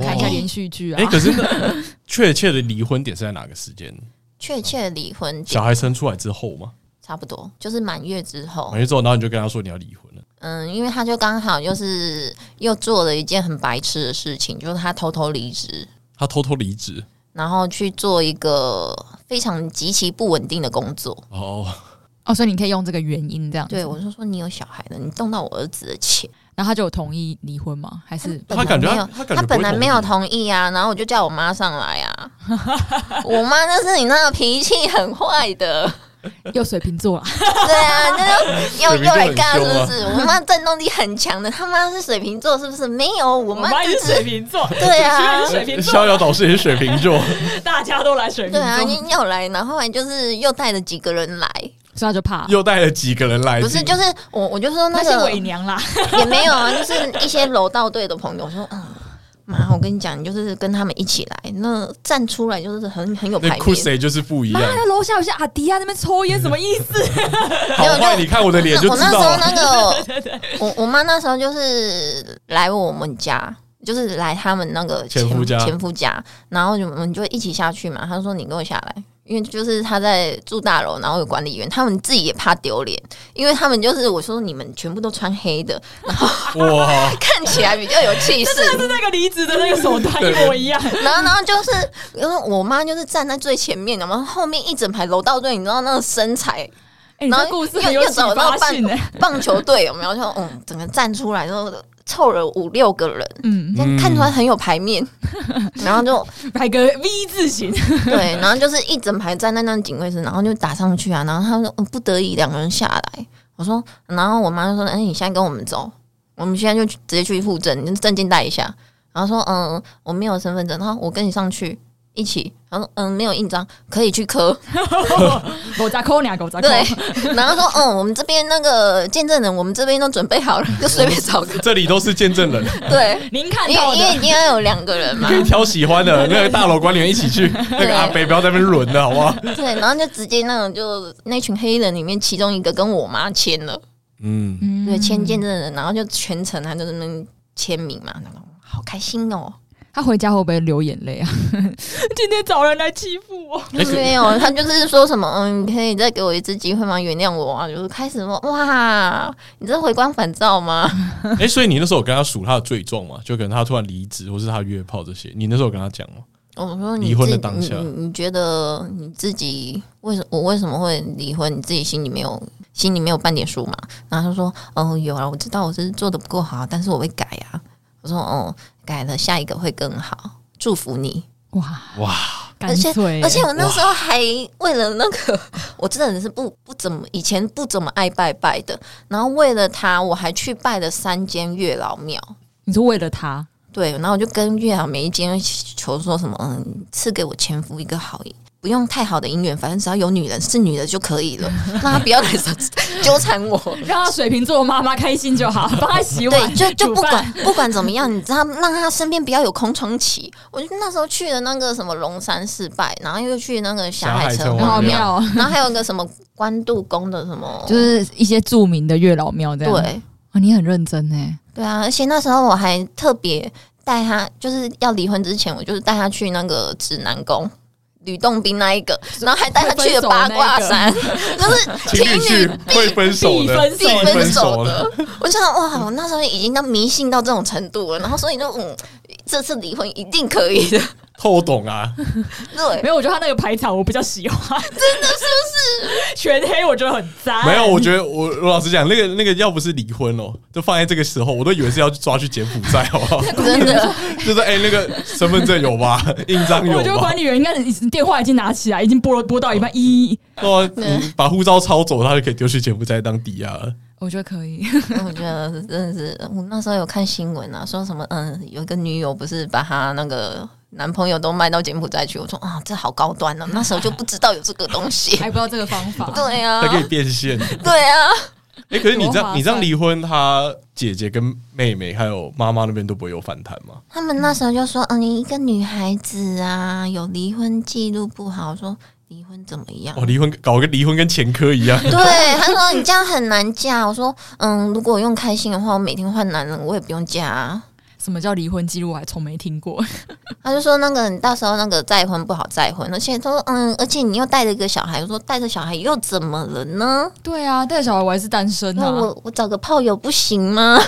B: 看一下
A: 哦
B: 连续剧啊
A: 哎，。可是那 确切的离婚点是在哪个时间？
C: 确切离婚点
A: 小孩生出来之后吗？
C: 差不多就是满月之后
A: 满，月之后，然后你就跟他说你要离婚了，
C: 嗯，因为他就刚好就是又做了一件很白痴的事情，就是他偷偷离职，
A: 他偷偷离职
C: 然后去做一个非常极其不稳定的工作。
A: 哦，
B: 哦，所以你可以用这个原因这样子。
C: 对我就说你有小孩的，你动到我儿子的钱，
B: 然后他就有同意离婚吗？还是
A: 他感觉
C: 本来没有
A: 他感觉
C: 他本来没有
A: 不会同
C: 同意啊，然后我就叫我妈上来 啊，我妈那是你那个脾气很坏的，
B: 又水瓶座啦？
C: 对啊，那就又
A: 水瓶座
C: 又来
A: 很
C: 干是
A: 凶啊
C: 不是？我妈战斗力很强的，他妈是水瓶座是不是？没有，我妈就
D: 水
C: 是
D: 瓶座，
C: 对啊，
D: 水瓶座
A: 逍遥导师也是水瓶 座，
D: 大家都来水瓶
C: 对啊，
D: 座。
C: 你你有来，然后后来就是又带了几个人来，
B: 所以他就怕，
A: 又带了几个人来，
C: 不是就是我我就说那
D: 那是
C: 个
D: 伪娘啦，
C: 也没有啊，就是一些楼道队的朋友我说嗯。妈，我跟你讲，你就是跟他们一起来，那站出来就是很很有
A: 那
C: 排
A: 酷
C: 面。
A: 谁就是不一样，
B: 那楼下有些阿迪啊，那边抽烟，什么意思？
A: 好
C: 没有
A: 坏
C: 就
A: 你看我的脸就
C: 我
A: 知
C: 那时
A: 道
C: 候
A: 了。
C: 那个， 我我妈那时候就是来我们家，就是来他们那个
A: 前夫家
C: 前夫家，然后我们就一起下去嘛。她说：“你跟我下来。”因为就是她在住大楼，然后有管理员，他们自己也怕丢脸，因为他们就是我说你们全部都穿黑的，
A: 哇，
C: 看起来比较有气势。
D: 是那个离职的那个手段一模一 样。
C: 然后，然后就是因为我妈就是站在最前面，然后后面一整排楼道队，你知道那个身材，
B: 哎，你
C: 然
B: 这
C: 后
B: 故事
C: 又
B: 很有
C: 又
B: 启
C: 找到
B: 发
C: 半
B: 性哎。
C: 棒球队有没有？就嗯，整个站出来之后凑了五六个人，
B: 嗯，
C: 这样看出来很有排面，然后就
B: 摆个 V 字 形，
C: 对，然后就是一整排站在那警卫室，然后就打上去啊，然后他们说、嗯、不得已两个人下来，我说，然后我妈就说，哎、你现在跟我们走，我们现在就去直接去户政，你证件带一下，然后说，嗯，我没有身份证，然后我跟你上去。一起，然后说嗯，没有印章，可以去科。
B: 狗杂扣俩狗杂扣，
C: 对，然后说嗯，我们这边那个见证人，我们这边都准备好了，就随便找 个。
A: 这里都是见证人，
C: 对，
B: 您看
C: 因
B: 到
C: 为因为
B: 的
C: 一定要有两 个人嘛
A: 可。以挑喜欢的那个大楼管理员一起去，那个阿北不要在那边轮了，好不好？
C: 对，然后就直接那种就那群黑人里面，其中一个跟我妈签了，
A: 嗯，
B: 嗯
C: 对，签见证人，然后就全程他就在那边签名嘛，然后好开心哦。
B: 他回家会不会流眼泪啊？ 今天找人来欺负我，
A: 而且
C: 没 有，他就是说什么，嗯，你可以再给我一次机会吗？原谅我啊，就是开始说，哇，你这回光返照吗？
A: 哎，所以你那时候有跟他数他的罪状嘛？就可能他突然离职，或是他约炮这些，你那时候有跟他讲吗？
C: 哦我说你
A: 离婚的
C: 自己
A: 当下
C: 你你你觉得你自己为什我为什么会离婚？你自己心里没有心里没有半点数嘛？然后他说，哦，有啊，我知道我是做的不够好，但是我会改啊。我说，哦，改了，下一个会更好，祝福你。
B: 哇
A: 哇，
B: 干脆，
C: 而且我那时候还为了那个， 我真的是不不怎么以前不怎么爱拜拜的，然后为了他，我还去拜了三间月老庙。
B: 你说为了他，
C: 对，然后我就跟月老每一间求说什么，嗯，赐给我前夫一个好姻，不用太好的姻缘，反正只要有女人是女的就可 以了，让他不要来纠缠我。
B: 让他水瓶座妈妈开心就 好，帮他洗
C: 对，
B: 碗，
C: 就就不
B: 煮饭
C: 管不管怎么样，你知道，让他身边不要有空窗期。我就那时候去了那个什么龙山寺拜，然后又去那个
A: 霞
C: 霞
A: 海
C: 海
A: 城
C: 城
A: 隍
B: 很好
C: 隍庙，
B: 妙哦，
C: 然后还有一个什么关渡宫的什么，
B: 就是一些著名的月老庙这样。
C: 对，
B: 啊，你很认真哎，
C: 对啊，而且那时候我还特别带他，就是要离婚之前，我就是带他去那个指南宫。吕洞宾那一个，然后还带他去了八卦山，就是
A: 情侣剧会分手
B: 必
A: 的，
B: 分手
C: 自己
A: 会
C: 分
A: 分
C: 手
A: 手
C: 的
A: 的，。
C: 我就想，哇，我那时候已经到迷信到这种程度了，然后所以就嗯，这次离婚一定可以的。
A: 透懂啊，
C: 对，
B: 没有，我觉得他那个排场我比较喜欢，真的是不是？ 全黑我觉得很赞，
A: 没有，我觉得我我老实讲，那个那个要不是离婚哦，就放在这个时候，我都以为是要去抓去柬埔寨，好不好？
C: 真的，
A: 就是哎、那个身份证有吧，印章有
B: 我觉得
A: 吧
B: 管，理员应该是电话已经拿起来，已经拨了拨到一半，一，
A: 对啊，你把护照抄走，他就可以丢去柬埔寨当抵押了。
B: 我觉得可以。
C: 我觉得真的是，我那时候有看新闻啊，说什么嗯，有一个女友不是把她那个男朋友都卖到柬埔寨去，我说啊，这好高端哦、那时候就不知道有这个东西。
B: 还不知道这个方法。
C: 对
A: 他可以
C: 啊，
A: 变现。
C: 对啊，
A: 哎、可是你这
B: 多划
A: 样
B: 算
A: 你这样离婚，他姐姐跟妹妹还有妈妈那边都不会有反弹吗？
C: 他们那时候就说：“嗯，你一个女孩子啊，有离婚记录不好。”我说离婚怎么样？
A: 哦，离婚搞个离婚跟前科一样，
C: 嗯对，他说 你这样很难嫁。我说，嗯，如果我用开心的话，我每天换男人，我也不用嫁、啊。
B: 什么叫离婚记录，我还从没听过。
C: 他就说那个你到时候那个再婚不好再婚，而且他说嗯，而且你又带着一个小孩，我说带着小孩又怎么了呢？
B: 对啊，带小孩我还是单身
C: 那
B: 啊。
C: 我我找个炮友不行 吗？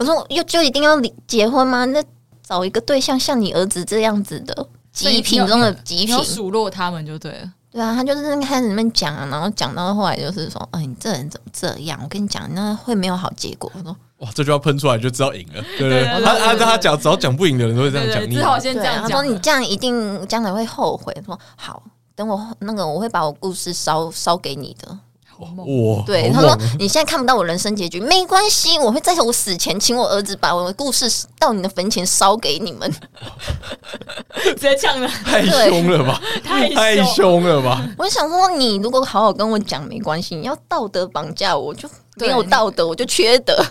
C: 我说又就一定要离结婚吗？那找一个对象像你儿子这样子的
B: 所以
C: 极品
B: 你要
C: 中的极
B: 你
C: 品
B: 要，数落他们就对了。
C: 对啊，他就是那开始那边讲啊，然后讲到后来就是说，哎，你这人怎么这样？我跟你讲，那会没有好结果。我说
A: 哇，这句话喷出来就知道赢了，对不对？
D: 对对对
A: 他他
D: 对对
A: 他讲，只要讲不赢的人都会这
B: 对
A: 样
B: 对，
A: 讲你
B: 只。好先
C: 对
B: 这
C: 啊，
B: 样
C: 他说
B: 讲。
C: 你这样一定将来会后悔。说好，等我那个我会把我故事烧烧给你的。
B: 好猛
A: 哇，
C: 对，他
A: 好
C: 说
A: 猛哦
C: 你现在看不到我人生结局，没关系，我会在我死前请我儿子把我的故事到你的坟前烧给 你们。
D: 直接呛了，
A: 太凶了吧，
D: 太
A: 太
D: 凶。
A: 凶了吧，
C: 我就想说，你如果好好跟我讲没关系，你要道德绑架我，我就没
B: 对
C: 有道德，我就缺德，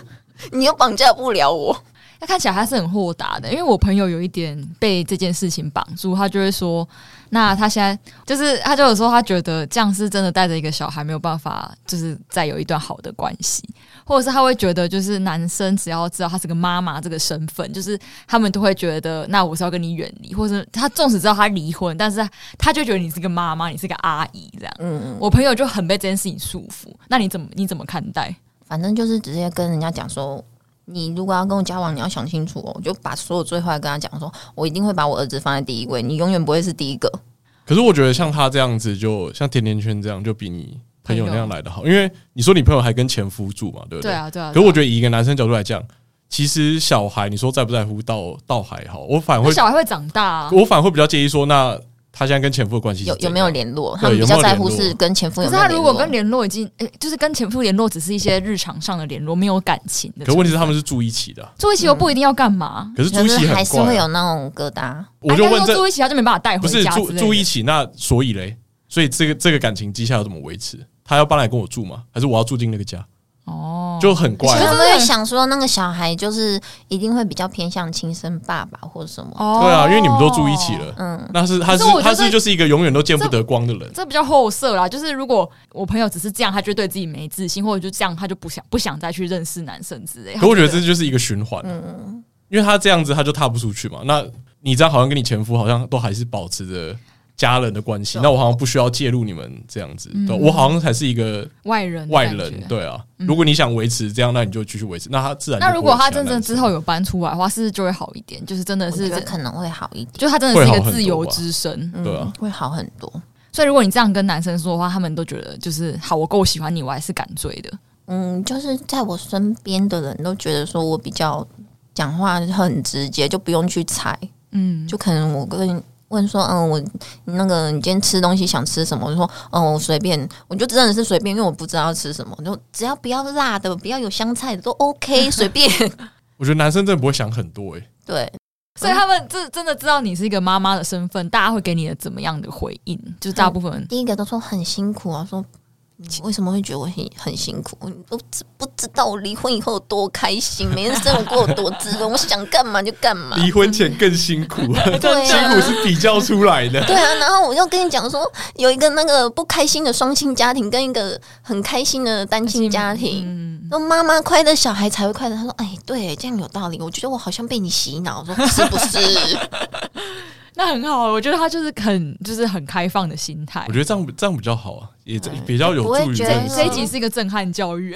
C: 你又绑架不了我。
B: 那看起来他是很豁达的，因为我朋友有一点被这件事情绑住，他就会说，那他现在就是他就有说他觉得这样是真的带着一个小孩没有办法，就是再有一段好的关系，或者是他会觉得就是男生只要知道他是个妈妈这个身份，就是他们都会觉得那我是要跟你远离，或者是他纵使知道他离婚，但是他就觉得你是个妈妈，你是个阿姨这样。
C: 嗯嗯。
B: 我朋友就很被这件事情束缚，那你怎么你怎么看待？
C: 反正就是直接跟人家讲说，你如果要跟我交往，你要想清楚哦。我就把所有最坏跟他讲说，我一定会把我儿子放在第一位，你永远不会是第一个。
A: 可是我觉得像他这样子就，像甜甜圈这样，就比你朋友那样来的好，因为你说你朋友还跟前夫住嘛，对不
B: 对啊，对啊。
A: 可是我觉得
B: 得
A: 以一个男生角度来讲，其实小孩你说在不在乎倒倒还好，我反而会
B: 小孩会长大、啊，
A: 我反而会比较介意说，那他现在跟前夫的关系是
C: 有有
A: 怎
C: 没有
A: 样
C: 联络？
A: 对
C: 他们比
A: 有没
C: 较
A: 有
C: 在
A: 联
C: 乎
A: 络
C: 是跟
A: 嗯
C: 前夫
B: 可
C: 有
B: 是
C: 没
B: 他
C: 有联
B: 如
C: 络。
B: 果跟联络已经，呃，就是跟前夫联络只是一些日常上的联络，没有感情的。
A: 可问题是他们是住一起的啊、
B: 住一起又不一定要干嘛，
A: 可是住
C: 可
A: 一
C: 是
A: 起
C: 还
A: 很
C: 是
A: 怪
C: 会
A: 啊、
C: 有那种疙瘩。
A: 我就
B: 啊应
A: 问
B: 该说
A: 这
B: 住一起他就没办法带
A: 不
B: 回
A: 是
B: 家之
A: 住
B: 类的。
A: 住一起，那所以嘞，所以这个这个感情绩效要怎么维持？他要搬来跟我住吗？还是我要住进那个家？
B: 哦，
A: 就很怪
C: 其
A: 啊、
C: 实他
B: 可是
C: 们会
B: 很
C: 想说，那个小孩就是一定会比较偏向亲生爸爸或者什么。
B: 哦，
A: 对啊，因为你们都住一起。了，
C: 嗯，
A: 那是他是
B: 可是我觉
A: 他
B: 得
A: 是就是一个永远都见不得光的人。
B: 这比较后色啦，就是如果我朋友只是这样，他就对自己没自信，或者就这样，他就不想不想再去认识男生之类。
A: 可我觉得这就是一个循环、啊
B: 嗯
A: 因为他这样子他就踏不出去嘛。那你这样好像跟你前夫好像都还是保持着家人的关系，
B: 哦
C: 对
A: 那我好像不需要介入你们这样子，对我好像才是一个
B: 外人的
A: 外
B: 嗯感
A: 人，
B: 觉。嗯
A: 对啊。如果你想维持这样，那你就继续维持，那他自然就
B: 那如果
A: 不会
B: 他
A: 有其
B: 真正
A: 男
B: 之
A: 生
B: 后有搬出来的话，是不是就会好一点，就是真的
C: 我
B: 是
C: 觉，得可能会好一点，
B: 就他真的
A: 会
B: 是一
A: 好
B: 个
A: 很
B: 自
A: 多啊
B: 由
A: 吧
B: 之身。
C: 嗯，
A: 对啊
C: 会好很多。
B: 所以如果你这样跟男生说的话，他们都觉得就是好，我够喜欢你，我还是敢追的。
C: 嗯，就是在我身边的人都觉得说我比较讲话很直接，就不用去猜。
B: 嗯，
C: 就可能我跟问说，嗯，我那个你今天吃东西想吃什么？我就说，嗯，我随便，我就真的是随便，因为我不知道吃什么，就只要不要辣的，不要有香菜的都 OK，随便。
A: 我觉得男生真的不会想很多诶、欸
C: 对，
B: 所以他们这真的知道你是一个妈妈的身份，大家会给你的怎么样的回应？就是大部分人
C: 第一个都说很辛苦啊，说你为什么会觉得我很很辛苦？你都知不知道我离婚以后有多开心，每天生活过有多滋润，我想干嘛就干
B: 啊
C: 嘛。
A: 离婚前更辛苦，
C: 对
A: 辛
C: 啊
A: 苦是比较出来的。
C: 对啊，然后我又跟你讲说，有一个那个不开心的双亲家庭，跟一个很开心的单亲家庭，
B: 嗯，
C: 那妈妈快乐，小孩才会快乐。他说：“哎，对，这样有道理。我觉得我好像被你洗脑。”我说：“是不 是
B: 那很好，我觉得他就是很就是很开放的心态
A: 我。觉得这样这样比较好啊，也
C: 对
A: 比较有
C: 不会
A: 助于
C: 觉
A: 这
C: 得？
A: 件
B: 对，
A: 事
B: 这一集是一个震撼教育，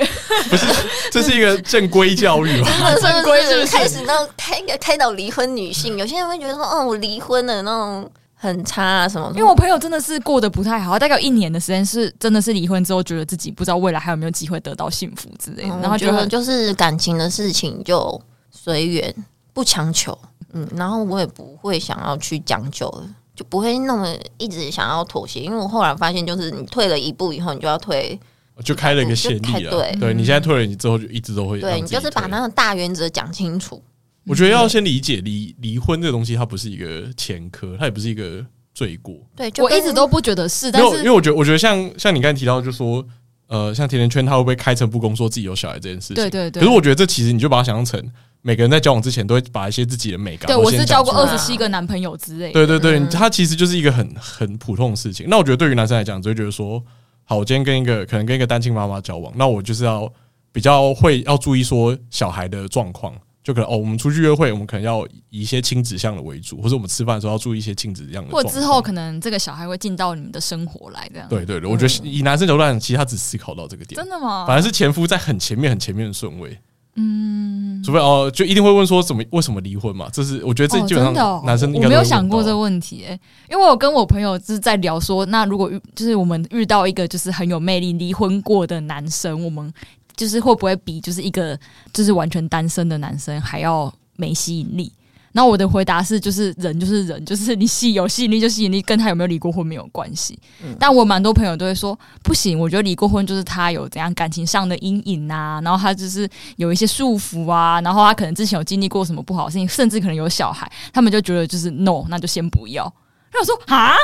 A: 这是一个正规教育吧？”
C: 那
B: 正规
C: 是
B: 是
C: 不
B: 不
C: 是
B: 是
C: 开始那种开开导离婚女性？有些人会觉得说：“哦，我离婚了，那种很差啊什么的。”
B: 因为我朋友真的是过得不太好，大概有一年的时间是真的是离婚之后，觉得自己不知道未来还有没有机会得到幸福之类的，
C: 嗯
B: 然后
C: 觉
B: 哦觉
C: 得
B: 得
C: 就是感情的事情就随缘，不强求。嗯，然后我也不会想要去讲究了，就不会那么一直想要妥协。因为我后来发现，就是你退了一步以后，你就要退
A: 就开
B: 嗯
A: 了一个先
C: 就太
A: 例了。啊
C: 对
A: 对你现在退了，你之后就一直都会让
C: 对你
A: 自己
C: 就是把
A: 退
C: 那个大原则讲清楚。
A: 我觉得要先理解离离婚这个东西，它不是一个前科，它也不是一个罪过。
C: 对，就
B: 我一
C: 跟
B: 直都不觉得是，
A: 没
B: 但
A: 有，因为
B: 是
A: 我觉得，我觉得像像你刚才提到，就说呃，像甜甜圈，他会不会开诚布公说自己有小孩这件事情？
B: 对对对
A: 可是我觉得这其实你就把它想象成每个人在交往之前都会把一些自己的美感
B: 对
A: 都
B: 我
A: 先
B: 是
A: 讲
B: 交过
A: 出来
B: 二十七个男朋友之类的，
A: 对对对，
C: 嗯
A: 它其实就是一个很很普通的事情。那我觉得对于男生来讲，就会觉得说，好，我今天跟一个可能跟一个单亲妈妈交往，那我就是要比较会要注意说小孩的状况，就可能哦，我们出去约会，我们可能要以一些亲子向的为主，或者我们吃饭的时候要注意一些亲子样的状
B: 或
A: 况。
B: 者之后可能这个小孩会进到你们的生活来，这样
A: 对对对，我觉得以男生角度来讲，其实他只思考到这个点，
B: 真的哦吗？
A: 反而是前夫在很前面、很前面的顺位。嗯，除非哦，就一定会问说怎么为什么离婚嘛？这是我觉得这
B: 哦
A: 基本
B: 真的
A: 上
B: 哦
A: 男生应
B: 我
A: 该、
B: 没有想过这个，问题、欸，因为我有跟我朋友就是在聊说，那如果遇就是我们遇到一个就是很有魅力离婚过的男生，我们就是会不会比就是一个就是完全单身的男生还要没吸引力？然后我的回答是，就是人就是人，就是你吸有吸引力就吸引力，跟他有没有离过婚没有关系。
A: 嗯
B: 但我蛮多朋友都会说，不行，我觉得离过婚就是他有怎样感情上的阴影啊，然后他就是有一些束缚啊，然后他可能之前有经历过什么不好的事情，甚至可能有小孩，他们就觉得就是 no，那就先不要。那我说啊，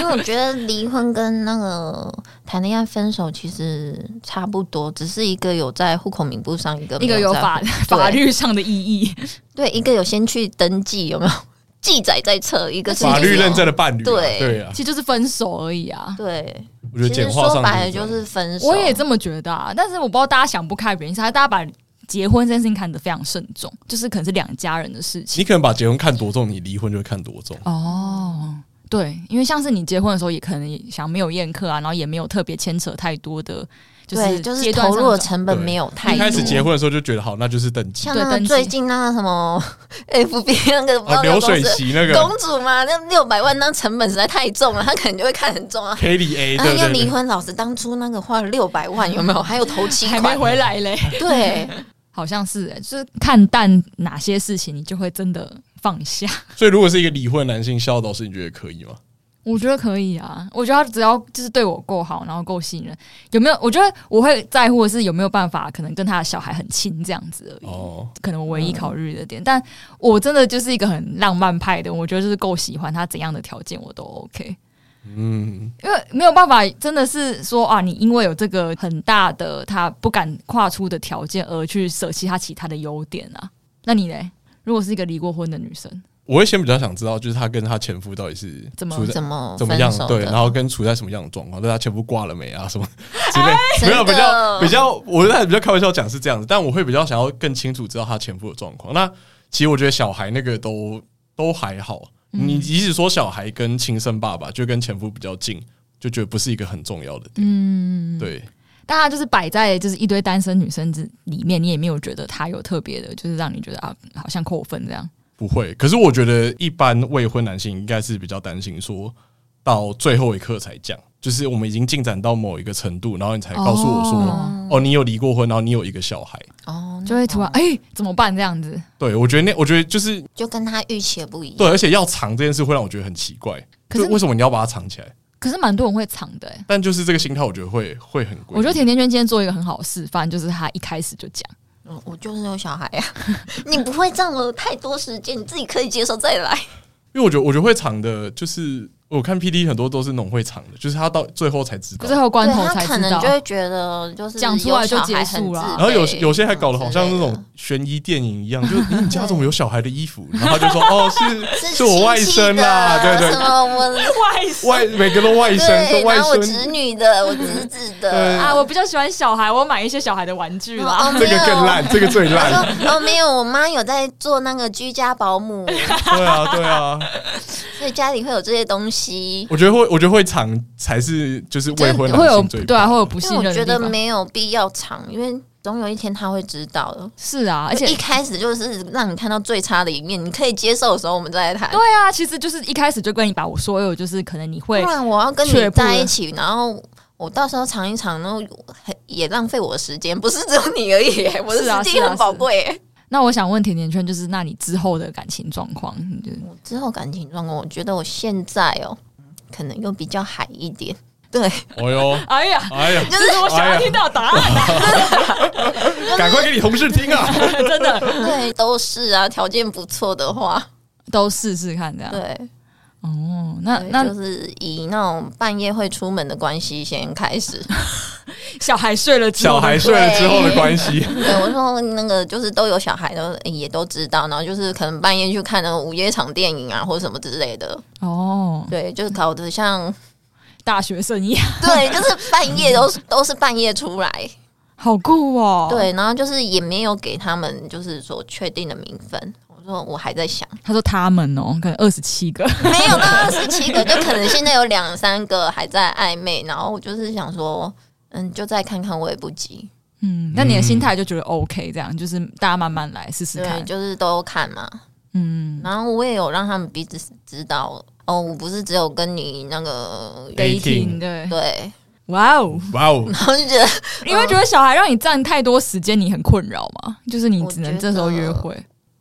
C: 因为我觉得离婚跟那个谈恋爱分手其实差不多，只是一个有在户口名簿上，一个
B: 一
C: 没
B: 个有
C: 在
B: 法
C: 对
B: 法律上的意义，
C: 对，一个有先去登记有没有 记载在册，一个是
A: 法
C: 没
A: 律
C: 有
A: 认证的伴侣、啊，
C: 对
A: 对啊
B: 其，实就是分手而已啊。
C: 对，
A: 我觉得
C: 其
A: 简
C: 实
A: 化
C: 说
A: 上
C: 白了就
A: 这样
C: 是分手。
B: 我也这么觉得啊，但是我不知道大家想不开的原因是，大家把结婚这件事情看得非常慎重，就是可能是两家人的事情
A: 你。可能把结婚看多重，你离婚就会看多重。
B: 哦，对，因为像是你结婚的时候，也可能想没有宴客啊，然后也没有特别牵扯太多的，就
C: 对，
B: 是
C: 就是
B: 阶段
C: 投
B: 上
C: 入的
B: 的
C: 成本没有太
A: 一
C: 多。
A: 开始结婚的时候就觉得好，那就是等级
C: 像
B: 对
C: 那个
B: 登记
C: 最近那个什么 FB 那个不知
A: 啊，
C: 道那
A: 流
C: 个公
A: 水
C: 司
A: 席那个
C: 公主嘛，那六百万那成本实在太重了，他可能就会看很重啊。
A: K 里 A，
C: 啊，
A: 哎对
C: 要
A: 对
C: 离
A: 对，
C: 婚，老子当初那个花了六百万，有没有？还有头期
B: 还没
C: 款，
B: 回来嘞，
C: 对，
B: 好像是、欸，就是看淡哪些事情，你就会真的放下。
A: 所以如果是一个离婚的男性孝导师，你觉得可以吗？
B: 我觉得可以啊，我觉得他只要就是对我够好，然后够信任，有没有？我觉得我会在乎的是有没有办法，可能跟他的小孩很亲这样子而已。
A: 哦，
B: 可能我唯一考虑的点，但我真的就是一个很浪漫派的，我觉得就是够喜欢他怎样的条件我都 OK。
A: 嗯，
B: 因为没有办法，真的是说啊，你因为有这个很大的他不敢跨出的条件，而去舍弃他其他的优点啊。那你呢？如果是一个离过婚的女生，
A: 我会先比较想知道，就是她跟她前夫到底是
B: 怎么
A: 处在
C: 怎么
A: 怎么样
C: 哦分手
A: 对，
C: 的
A: 然后跟处在什么样的状况，对她前夫挂了没啊 什么之类，没有
C: 真的
A: 比较比较，我在比较开玩笑讲是这样子，但我会比较想要更清楚知道她前夫的状况。那其实我觉得小孩那个都都还好，
C: 嗯
A: 你即使说小孩跟亲生爸爸就跟前夫比较近，就觉得不是一个很重要的点，
B: 嗯，
A: 对。
B: 大家就是摆在就是一堆单身女生之里面，你也没有觉得她有特别的，就是让你觉得啊，好像扣分这样。
A: 不会，可是我觉得一般未婚男性应该是比较担心，说到最后一刻才讲，就是我们已经进展到某一个程度，然后你才告诉我说，哦
C: 嗯
B: 哦
A: 你有离过婚，然后你有一个小孩。
C: 哦，
B: 就会突然哎、怎么办这样子？
A: 对，我觉得那我觉得就是
C: 就跟他预期的不一样。
A: 对，而且要藏这件事会让我觉得很奇怪，
B: 可是
A: 就为什么你要把它藏起来？
B: 可是蛮多人会藏的、欸。
A: 但就是这个心态，我觉得会会很贵。
B: 我觉得甜甜圈今天做一个很好的示范，就是她一开始就讲。
C: 嗯我就是有小孩呀、 你不会占了太多时间，你自己可以接受再来。
A: 因为我觉得我觉得会藏的，就是我看 P D 很多都是那种会藏的，就是他到最后才知道
B: 最。后关
C: 对
B: 头
C: 他
B: 才
C: 可
B: 知
C: 能
B: 道
C: 就，会觉得就是
B: 讲出来就
C: 有小孩
B: 结束了
C: 很自
A: 然
C: 卑
A: 后有有些还搞得
C: 什么
A: 好像
C: 之
A: 那
C: 类的
A: 种悬疑电影一样， 就是咦你家怎么有小孩的衣服？然后他就说哦是是我外甥啦，
C: 亲
A: 对
C: 戚的
A: 对，
C: 什么我
A: 外每个都外甥
C: 对，
A: 是外
C: 然后我侄
A: 甥，
C: 女的，我侄子
A: 对
C: 的
B: 啊，我比较喜欢小孩，我买一些小孩的玩具啦。
C: 哦
A: 这个更烂，这个最
C: 他
A: 烂，
C: 说哦，没有，我妈有在做那个居家保 姆，
A: 对啊对啊，
C: 所以家里会有这些东西。
A: 我觉得会我觉得会藏才是就是未婚男
B: 会有
A: 性最
B: 对啊，
A: 怕
B: 会有不
C: 因
B: 信
C: 为
B: 任
C: 我
B: 的
C: 觉
B: 地
C: 得
B: 方
C: 没有必要藏，因为总有一天他会知道的。
B: 是啊，而且
C: 一开始就是让你看到最差的一面，你可以接受的时候，我们再来谈。
B: 对啊，其实就是一开始就跟你把我所有，就是可能你会
C: 不然我要跟你
B: 却步了
C: 在一起，然后我到时候尝一尝，然后也浪费我的时间，不 是只有你而已，我的
B: 是啊
C: 时
B: 是
C: 间
B: 啊
C: 很宝贵。
B: 那我想问甜甜圈，就是那你之后的感情状况，你就
C: 我之后感情状况，我觉得我现在哦，可能又比较海一点。对，
A: 哎呦
B: 哎呀，
A: 哎呀，
B: 这是我想要听到的答案，
A: 赶快给你同事听啊！
B: 真的
C: 对，都是啊，条件不错的话，
B: 都试试看这样。
C: 对，
B: 哦，那
C: 对就
B: 那
C: 是以那种半夜会出门的关系先开 始。
B: 小孩睡了之后，
A: 小孩睡了之后的关系，
C: 对，我说那个就是都有小孩的，也都知道，然后就是可能半夜去看那种午夜场电影啊，或者什么之类的。
B: 哦，
C: 对，就是搞得像，
B: 大学生一样
C: 对，就是半夜都是都是半夜出来。
B: 好酷哦！，
C: 对，然后就是也没有给他们就是说确定的名分。我说我还 在想，
B: 他说他们哦，可能二十七个，
C: 没有到二十七个，就可能现在有两三个还在暧昧。然后我就是想说，嗯，就再看看，我也不急。
B: 嗯，那你的心态就觉得 OK，这样就是大家慢慢来试试
C: 对，
B: 看，
C: 就是都看嘛。
B: 啊嗯，
C: 然后我也有让他们彼此知道，哦，我不是只有跟你那个
A: Dating
B: 对，
C: 对，
B: 哇哦，
A: 哇哦，
C: 然后就觉得
B: 因为觉得小孩让你占太多时间，你很困扰嘛，就是你只能这时候约会，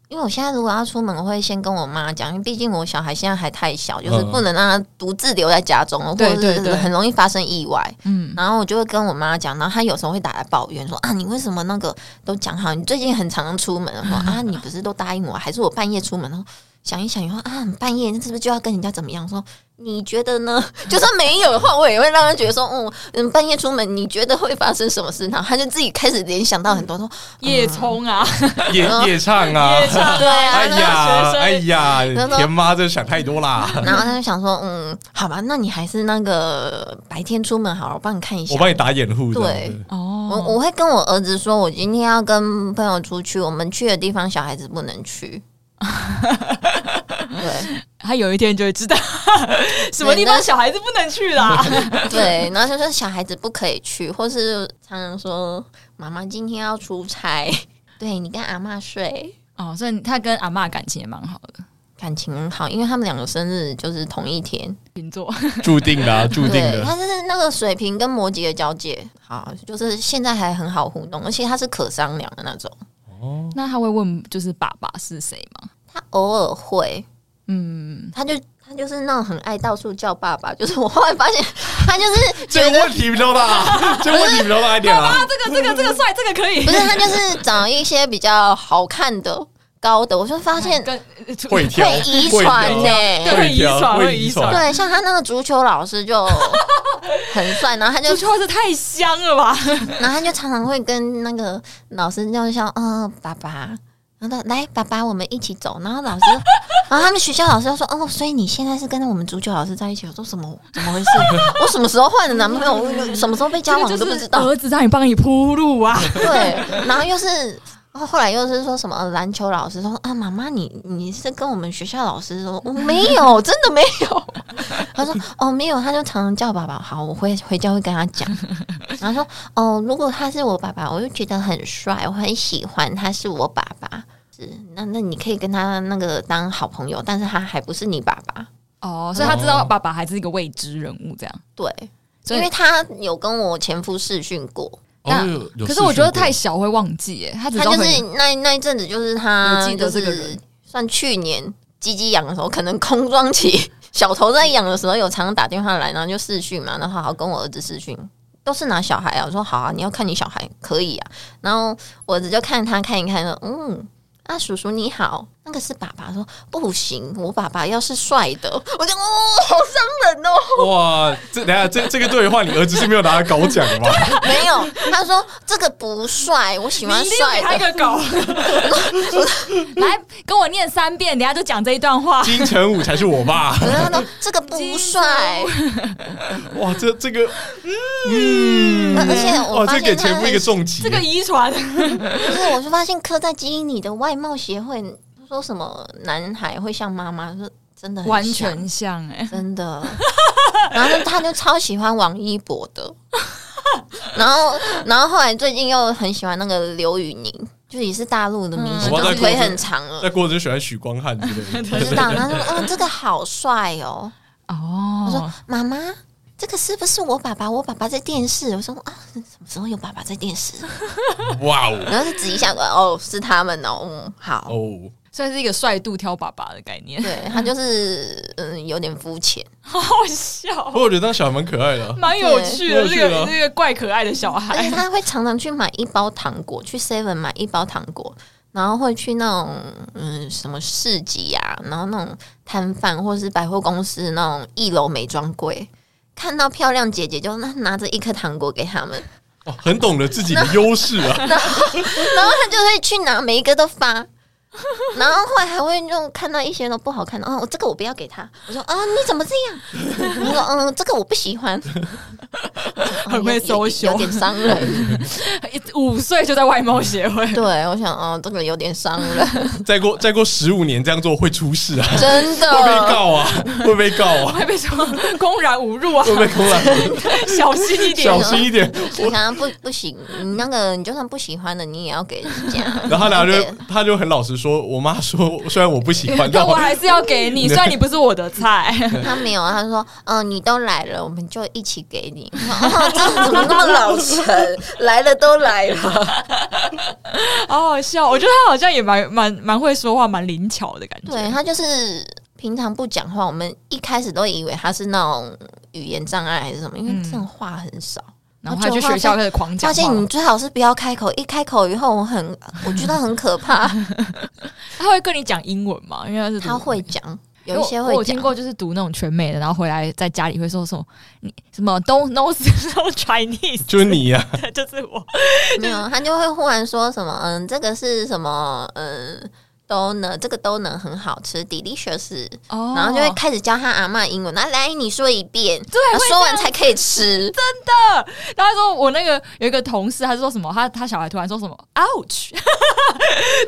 C: 因为我现在如果要出门，我会先跟我妈讲，因为毕竟我小孩现在还太小，就是
A: 嗯
C: 不能让他独自留在家中，或
B: 对
C: 者
B: 对
C: 是
B: 对
C: 很容易发生意外。
B: 嗯，
C: 然后我就会跟我妈讲，然后她有时候会打来抱怨说啊，你为什么那个都讲好，你最近很常出门， 我说啊，你不是都答应我，还是我半夜出门？然后想一想，以后啊，你半夜是不是就要跟人家怎么样？我说你觉得呢？ 就算没有的话，我也会让她觉得说，嗯嗯，半夜出门你觉得会发生什么事？然后她就自己开始联想到很多，
B: 嗯
C: 说
D: 夜冲啊，
A: 夜夜唱啊，
D: 夜 唱
C: 对
A: 哎
C: 啊
A: 呀，哎
C: 他
A: 呀，
C: 说
A: 田妈这想太多啦，
C: 然后他就想说，嗯，好吧，那你还是那个白天出门好了，我帮你看一下
A: 我。帮你打掩护，
C: 对
A: 这样子
C: 我
B: 哦，
C: 我会跟我儿子说，我今天要跟朋友出去，我们去的地方小孩子不能 去。对
B: 他有一天就会知道 什么地方小孩子不能去 啦，
C: 对，然后就说小孩子不可以去，或是常常说妈妈今天要出差， 对你跟阿嬷睡，
B: 哦，所以他跟阿嬷感情也蛮好的，
C: 感情很好，因为他们两个生日就是同一天，
B: 星座，
C: 哦
A: 注定的啊，注定
C: 对，
A: 的。
C: 他是那个水瓶跟摩羯的交界，好，就是现在还很好互动，而且他是可商量的那种。
B: 那他会问就是爸爸是谁吗？
C: 他偶尔会，
B: 嗯，
C: 他就他就是那种很爱到处叫爸 爸，就是我后来发现他就是
A: 这
C: 觉
A: 个
C: 得
A: 问题比较大，这个问题比较大一点啊。
B: 这个这个这个帅，这个可以
C: 不是他就是找一些比较好看的、高的，我就发现
B: 跟呃
A: 会哎挑
C: 会遗传呢、
A: 挑
B: 对遗传
A: 会
B: 会
A: 遗
B: 遗
A: 传
B: 传，
C: 对，像他那个足球老师就很帅，然后他就
B: 这句话是太香了吧？
C: 然后他就常常会跟那个老师就像嗯爸爸。然后他来，爸爸，我们一起走。然后老师， 然后他们学校老师就说：“哦，所以你现在是跟我们足球老师在一起。”我说：“什么？怎么回事？我什么时候换的男朋友？我什么时候被交往
B: 这
C: 我
B: 个
C: 都
B: 就是
C: 不知道。”
B: 儿子让你帮你铺路 啊，
C: 对，然后又是哦后来又是说什么篮球老师说啊，妈妈你你是跟我们学校老师说我没有，真的没有。 他说哦没有，他就常常叫爸爸。好，我回回家会跟他讲。然后说哦，如果他是我爸爸，我就觉得很帅，我很喜欢他是我爸爸。是，那那你可以跟他那个当好朋友，但是他还不是你爸爸。
B: 哦，所以他知道爸爸还是一个未知人物这样。
C: 对，
B: 所
C: 因
B: 以
C: 为他有跟我前夫试训过，
B: 那
A: 哦有有
B: 可是我觉
A: 试
B: 得
A: 训过
B: 太小会忘记耶，他只
C: 他
B: 知道
C: 就是
B: 很
C: 那那一阵子，就是他
B: 有记得
C: 就
B: 这个
C: 是
B: 人
C: 算去年鸡鸡养的时候，可能空窗期，小头在养的时候有常常打电话来，然后就视讯嘛，然后好跟我儿子视讯，都是拿小孩啊，我说好啊，你要看你小孩可以啊，然后我儿子就看他看一看，说嗯。啊，叔叔你好，那个是爸爸说不行，我爸爸要是帅的，我就哦，好伤人哦。
A: 哇，这等一下这这个对话，你儿子是没有拿到高奖的吧？
C: 没有，他说这个不帅，我喜
B: 你
C: 欢
B: 一定要
C: 帅
B: 给他一
C: 的。
B: 个狗， 来跟我念三遍，等一下就讲这一段话。
A: 金城武才是我爸。
C: 然后他说这个不帅，
A: 哇，这这个，嗯，
C: 而且我
A: 哇，
C: 发
A: 这
C: 现
A: 给
C: 他
A: 前夫一个重击。
B: 这个遗传，
C: 不是，我就发现刻在基因里的外貌协会说什么男孩会像妈妈，说真的很
B: 完
C: 像
B: 全像哎、
C: 真的。 然后他就超喜欢王一博的，然后然后后来最近又很喜欢那个刘宇宁，就也是大陆的明星，
A: 嗯
C: 就是腿很长了
A: 那。郭子就喜欢许光汉之 类
C: 不
A: 的，
C: 知道，然后他说：“嗯，这个好帅哦。”我说
B: 哦，：“
C: 妈妈，这个是不是我爸爸？我爸爸在电视。”我说：“啊，什么时候有爸爸在电视
A: 哇哦？”
C: 然后就指一下，哦，是他们哦，嗯，好。
A: 哦，
B: 算是一个帅度挑爸爸的概念，
C: 对他就是嗯有点肤浅，
B: 好笑
A: 不， 过我觉得当小孩蛮可爱的啊。
B: 蛮有趣的，
A: 对
B: 这
A: 蛮有
B: 个
A: 趣的
B: 这个怪可爱的小
C: 而且
B: 孩，
C: 他会常常去买一包糖果，去 Seven 买一包糖果，然后会去那种嗯什么市集啊，然后那种摊贩或是百货公司那种一楼美妆柜。看到漂亮姐姐就那拿着一颗糖果给他们，
A: 哦很懂得自己的优势 啊。
C: 然后他就会去拿每一个都发， 然后后来还会就看到一些都不好看的，哦，这个 我 不要给他，我说啊你怎么这样？我说嗯这个我不喜欢，
B: 很会
C: 有
B: 搜
C: 有
B: 修
C: 有，点伤 人。
B: 五岁就在外貌协会，
C: 对，我想哦，这个有点伤 人，
A: 再过再过十五年这样做会出事 啊，
C: 真
A: 会被
C: 的。
A: 告啊，会被告啊，
B: 会被说公然侮辱啊，
A: 会被公然
B: 小心一点
A: 小。
B: 啊
A: 心一点。
C: 我想要不不行，你那个你就算不喜欢的，你也要给人家。
A: 然后他俩就
C: 对
A: 他就很老实说，我妈说虽然我不喜欢，但
B: 但我
A: 我
B: 还是要给你，虽然你不是我的菜。
C: 他没有，他说：“嗯、你都来了，我们就一起给你。哦”这怎么那么老成？呃来了都来 了，
B: 好好笑，我觉得他好像也蛮蛮蛮会说话，蛮灵巧的感觉。
C: 对他就是平常不讲话，我们一开始都以为他是那种语言障碍还是什么，因为这种话很少。
B: 然后他去学校开始狂嗯讲
C: 发
B: 话，
C: 现你最好是不要开口，一开口以后，我很我觉得很可 怕。
B: 他会跟你讲英文嘛？因为他是读
C: 他会讲，
B: 因
C: 有
B: 为
C: 一
B: 我。
C: 些
B: 我
C: 会
B: 有
C: 讲
B: 听。过，就是读那种全美的，然后回来在家里会说什么你什么 don't know no Chinese，
A: 就是你呀、啊，
B: 就是我
C: 没有，他就会忽然说什么，嗯，这个是什么，嗯，donut，这个 donut 很好吃，delicious，
B: 哦
C: 然后就会开始教他阿嬷英文，那来你说一遍，
B: 对
C: 然后
B: 会
C: 说完
B: 这样
C: 才可以吃，
B: 然后他说我那个有一个同事，他说什么，他他小孩突然说什么 ouch，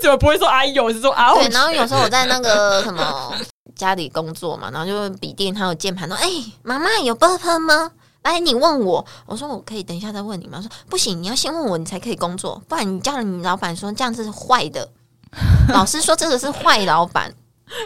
B: 怎么不会说哎呦，是说
C: 对，
B: ouch，
C: 然后有时候我在那个什么 家里工作嘛，然后就笔电还有键盘，说，哎，妈妈有 burp 吗？来，你问我，我说我可以等一下再问你吗？说不行，你要先问我，你才可以工作，不然你叫你老板说这样子是坏的， 老师说这个是坏老板，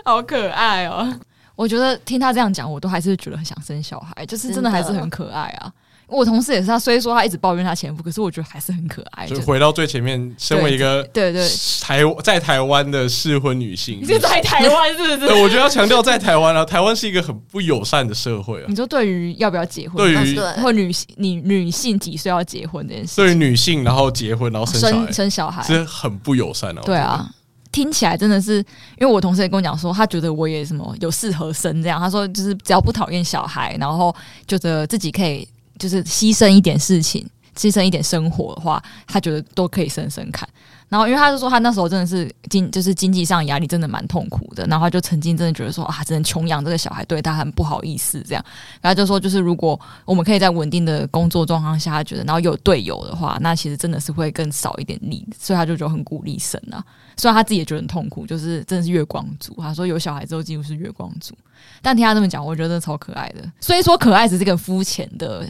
B: 好可爱哦。我觉得听他这样讲，我都还是觉得很想生小孩，就是真的还是很可爱啊。我同事也是，他虽说他一直抱怨他前夫，可是我觉得还是很可爱。
A: 就嗯
B: 就
A: 回到最前面，身为一个
B: 对对，
A: 台在台湾的适婚女性
B: 你，是在台湾是不是？
A: 对，我觉得要强调在台湾啊，台湾是一个很不友善的社会啊
B: 你，说对于要不要结婚，
A: 对
C: 啊
A: 于
C: 对，
B: 或女性你女性几岁要结婚这件事
A: 对于
B: 情，
A: 女性，然后结婚然后生小孩
B: 生生小孩，
A: 是很不友善的、啊。
B: 对啊，听起来真的是，因为我同事也跟我讲说，他觉得我也什么有适合生这样，他说就是只要不讨厌小孩，然后觉得自己可以就是牺牲一点事情，牺牲一点生活的话，他觉得都可以生生看。然后，因为他就说他那时候真的是经就是经济上压力真的蛮痛苦的，然后他就曾经真的觉得说啊，只能穷养这个小孩，对他很不好意思这样。然后他就说，就是如果我们可以在稳定的工作状况下，他觉得然后有队友的话，那其实真的是会更少一点力，所以他就觉得很鼓励生啊。虽然他自己也觉得很痛苦，就是真的是月光族。他说有小孩之后几乎是月光族，但听他这么讲，我觉得真的超可爱的。所以说可爱只是个肤浅的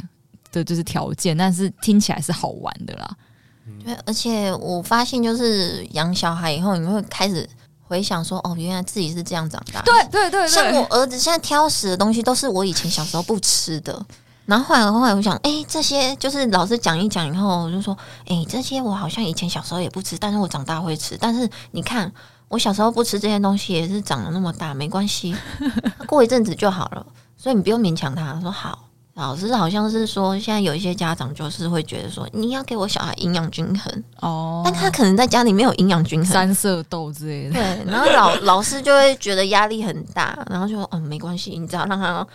B: 的，就是条件，但是听起来是好玩的啦。
C: 对，而且我发现就是养小孩以后，你会开始回想说，哦，原来自己是这样长大。
B: 对，对对
C: 像我儿子现在挑食的东西都是我以前小时候不吃的。然后后来后来我想，哎、这些就是老师讲一讲以后，我就说，哎、这些我好像以前小时候也不吃，但是我长大会吃。但是你看，我小时候不吃这些东西，也是长了那么大，没 关系，过一阵子就好了。所以你不用勉强他。说好，老师好像是说，现在有一些家长就是会觉得说，你要给我小孩营养均衡。
B: 哦，
C: 但他可能在家里没有营养均衡。
B: 三色豆之类的。
C: 对， 然后老老师就会觉得压力很大，然后就说嗯没关系，你只要让他